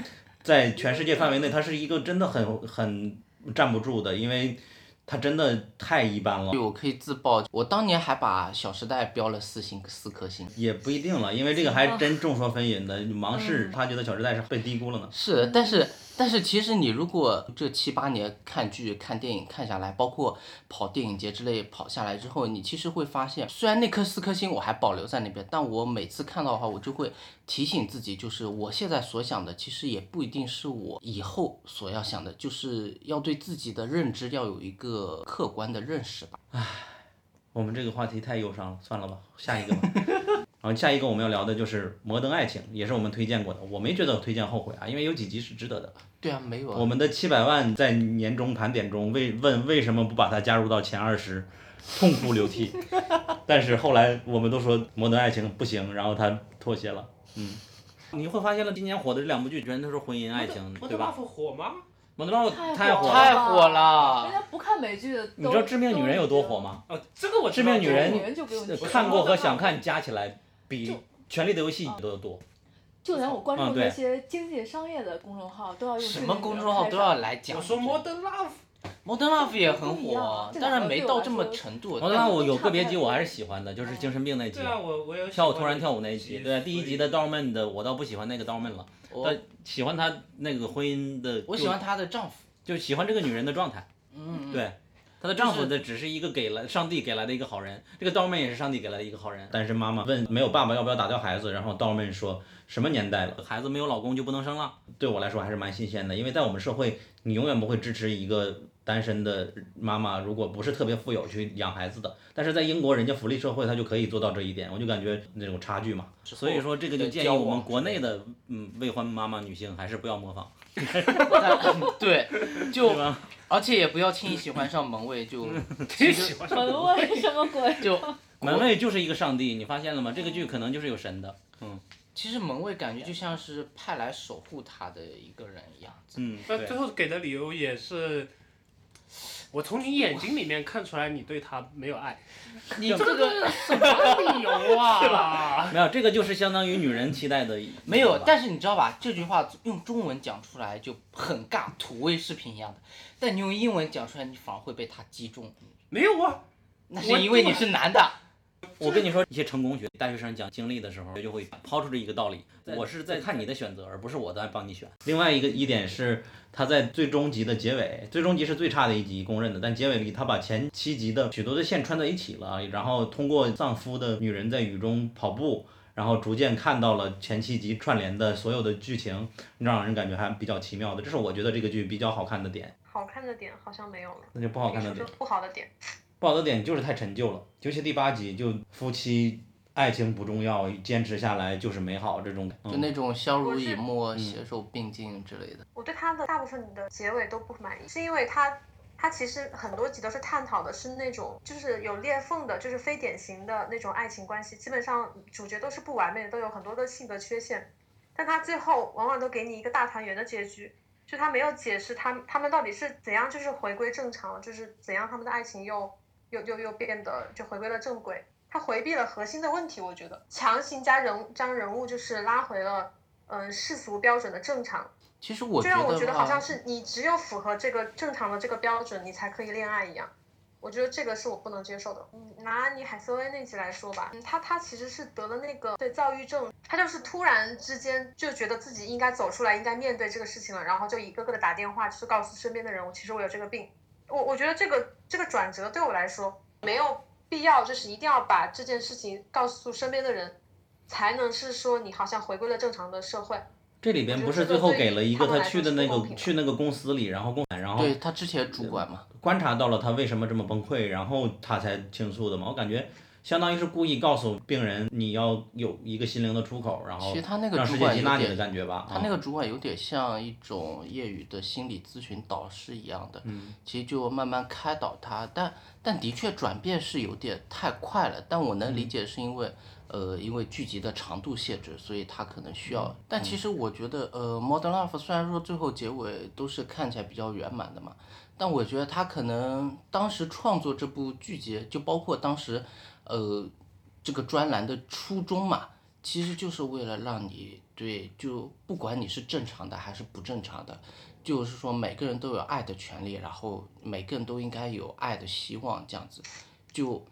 在全世界范围内，它是一个真的很很站不住的，因为它真的太一般了对，。我可以自曝，我当年还把《小时代》标了四星四颗星。也不一定了，因为这个还真众说纷纭的。王室他觉得《小时代》是被低估了呢。是，但是但是其实你如果这七八年看剧、看电影看下来，包括跑电影节之类跑下来之后，你其实会发现，虽然那颗四颗星我还保留在那边，但我每次看到的话，我就会提醒自己，就是我现在所想的，其实也不一定是我以后所要想的，就是要对自己的认知要有一个客观的认识吧。我们这个话题太忧伤了，算了吧，下一个吧。 然后下一个我们要聊的就是《摩登爱情》，也是我们推荐过的。我没觉得推荐后悔啊，因为有几集是值得的。对啊，没有啊。我们的七百万在年终盘点中为问为什么不把它加入到前二十，痛哭流涕。 但是后来我们都说《摩登爱情》不行，然后他妥协了。嗯，你会发现了，今年火的这两部剧全都是婚姻爱情，我对的吧？ buff 火吗？ 《摩登 love》太火火了。太火人了，家不看美剧的都，你知道《致命女人》有多火吗？哦，这个我致命女都？人女人就不用提了看过和想看加起来比就《权力的游戏》都要多。就连我关嗯注对那些经济商业的公众号都要用什这么个公女众人号开都上要来讲。我说 Modern Love， Modern Love 也很不一样啊火，这当两然个没对到我来这么说程度。摩但登是拉拉哦我我有有个个别别集集我我还还是是喜喜欢的，就是是精精神病那集对，啊，我我有跳舞突然跳舞那一喜集，欢对啊，第一集的 Dorman 的，我倒不喜欢那个 Dorman 了，我但喜欢他那个婚姻的，我喜欢她的丈夫。就，就喜欢这个女人的状态，嗯，对。她的丈夫的只是一个给了上帝给来的一个好人，这个 Dorman 也是上帝给来的一个好人。但是妈妈问没有爸爸要不要打掉孩子，然后 Dorman 说什么年代了，孩子没有老公就不能生了。对我来说还是蛮新鲜的，因为在我们社会，你永远不会支持一个单身的妈妈，如果不是特别富有去养孩子的。但是在英国，人家福利社会，他就可以做到这一点，我就感觉那种差距嘛。所以说，这个就建议我们国内的嗯未婚妈妈女性还是不要模仿，但对，就对吧？而且也不要轻易喜 欢上门卫，就挺喜 欢上门卫 什么鬼？就门卫就是一个上帝，你发现了吗？这个剧可能就是有神的。其实门卫感觉就像是派来守护她的一个人一样。嗯，那对最。后给的理由也是，我从你眼睛里面看出来你对他没有爱，你这个什么理由啊？ 对吧？没有，这个就是相当于女人期待的一。没有，吧但是你知道吧？这句话用中文讲出来就很尬，土味视频一样的。但你用英文讲出来，你反而会被他击中。没有啊，那是因为你是男的。我跟你说，一些成功学大学生讲经历的时候，就会抛出这一个道理：我是在看你的选择，而不是我在帮你选。另外一个一点是，他在最终集的结尾，最终集是最差的一集，公认的。但结尾里，他把前七集的许多的线串在一起了，然后通过丧夫的女人在雨中跑步，然后逐渐看到了前七集串联的所有的剧情，让人感觉还比较奇妙的。这是我觉得这个剧比较好看的点。好看的点好像没有了。那就不好看的你点说，说不好的点，不好的点就是太陈旧了，尤其第八集就夫妻爱情不重要，坚持下来就是美好这种。就嗯、那种相濡以沫、携手并进之类的。我对他的大部分的结尾都不满意，是因为他他其实很多集都是探讨的是那种就是有裂缝的，就是非典型的那种爱情关系，基本上主角都是不完美的，都有很多的性格缺陷，但他最后往往都给你一个大团圆的结局。就他没有解释他他们到底是怎样就是回归正常了，就是怎样他们的爱情又又又又变得就回归了正轨。他回避了核心的问题，我觉得强行加人物将人物就是拉回了嗯、呃世俗标准的正常，其实我就觉让我得觉得吧好像是你只有符合这个正常的这个标准，你才可以恋爱一样。我觉得这个是我不能接受的。嗯拿你海瑟薇那集来说吧，嗯她她其实是得了那个对躁郁症，她就是突然之间就觉得自己应该走出来，应该面对这个事情了，然后就一个个的打电话，就是告诉身边的人，我其实我有这个病。我我觉得这个这个转折对我来说没有必要，就是一定要把这件事情告诉身边的人，才能是说你好像回归了正常的社会。这里边不是最后给了一个他去的那个去那个公司里，然后共然后对他之前主管嘛，观察到了他为什么这么崩溃，然后他才倾诉的嘛。我感觉相当于是故意告诉病人你要有一个心灵的出口，然后其实他那个让主世管界有接纳你的点感觉吧。嗯他那个主管有点像一种业余的心理咨询导师一样的，嗯其实就慢慢开导他，但但的确转变是有点太快了，但我嗯能理解是因为，呃，因为剧集的长度限制，所以他可能需嗯要。但其实我觉得，呃，《Modern Love》虽然说最后结尾都是看起来比较圆满的嘛，但我觉得他可能当时创作这部剧集，就包括当时，呃，这个专栏的初衷嘛，其实就是为了让你对，就不管你是正常的还是不正常的，就是说每个人都有爱的权利，然后每个人都应该有爱的希望，这样子。就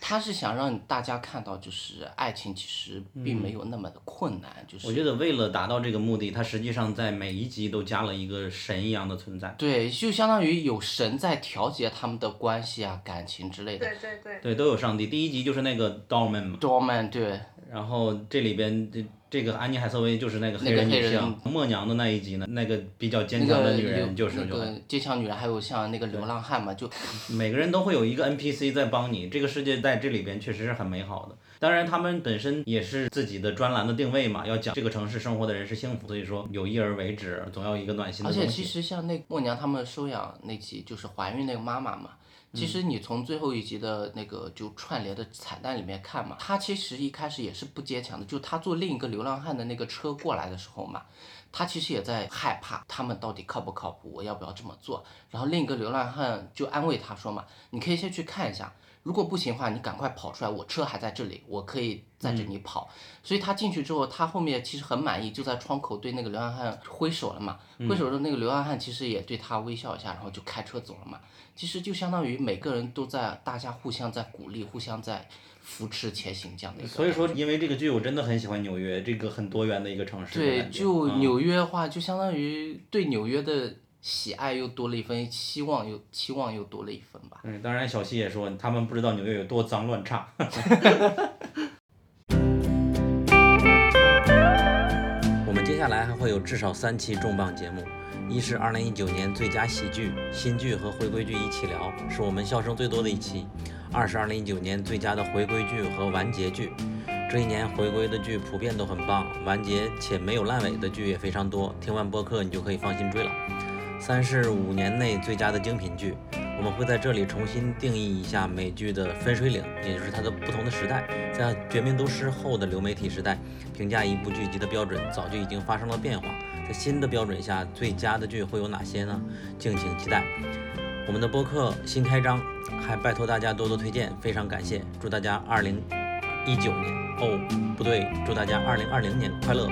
他是想让大家看到，就是爱情其实并没有那么的困难，就嗯是我觉得为了达到这个目的，他实际上在每一集都加了一个神一样的存在。对，就相当于有神在调节他们的关系啊、感情之类的。对对对，对，都有上帝。第一集就是那个 Doorman 嘛， Doorman 对，然后这里边这这个安妮海瑟薇就是那个黑人那个女黑人性，默娘的那一集呢，那个比较那坚强个的女人有就是那就个坚强女人，还有像那个流浪汉嘛，就每个人都会有一个 NPC 在帮你，这个世界在这里边确实是很美好的。当然，他们本身也是自己的专栏的定位嘛，要讲这个城市生活的人是幸福，所以说有意而为之，总要有一个暖心的而东西。且其实像那默娘他们收养那集，就是怀孕那个妈妈嘛。其实嗯你从最后一集的那个就串联的彩蛋里面看嘛，她其实一开始也是不坚强的，就她坐另一个流浪汉的那个车过来的时候嘛，她其实也在害怕他们到底靠不靠谱，我要不要这么做？然后另一个流浪汉就安慰她说嘛，你可以先去看一下，如果不行的话，你赶快跑出来，我车还在这里，我可以在嗯这里跑。所以他进去之后，他后面其实很满意，就在窗口对那个流浪汉挥手了嘛。嗯挥手之后，那个流浪汉其实也对他微笑一下，然后就开车走了嘛。其实就相当于每个人都在，大家互相在鼓励，互相在扶持前行这样的一个。所以说，，因为这个剧，我真的很喜欢纽约这个很多元的一个城市的对，感觉。就嗯纽约的话，就相当于对纽约的喜爱又多了一分，期望又期望又多了一分吧。嗯，当然小西也说，他们不知道纽约有多脏乱差。 我们接下来还会有至少三期重磅节目，一是2019年最佳喜剧、新剧和回归剧一起聊，是我们笑声最多的一期；二是2019年最佳的回归剧和完结剧。这一年回归的剧普遍都很棒，完结且没有烂尾的剧也非常多。听完播客，你就可以放心追了。三是五年内最佳的精品剧，我们会在这里重新定义一下美剧的分水岭，也就是它的不同的时代。在《绝命毒师》后的流媒体时代，评价一部剧集的标准早就已经发生了变化。在新的标准下，最佳的剧会有哪些呢？敬请期待。我们的播客新开张，还拜托大家多多推荐，非常感谢。祝大家二零一九年哦，不对，祝大家二零二零年快乐。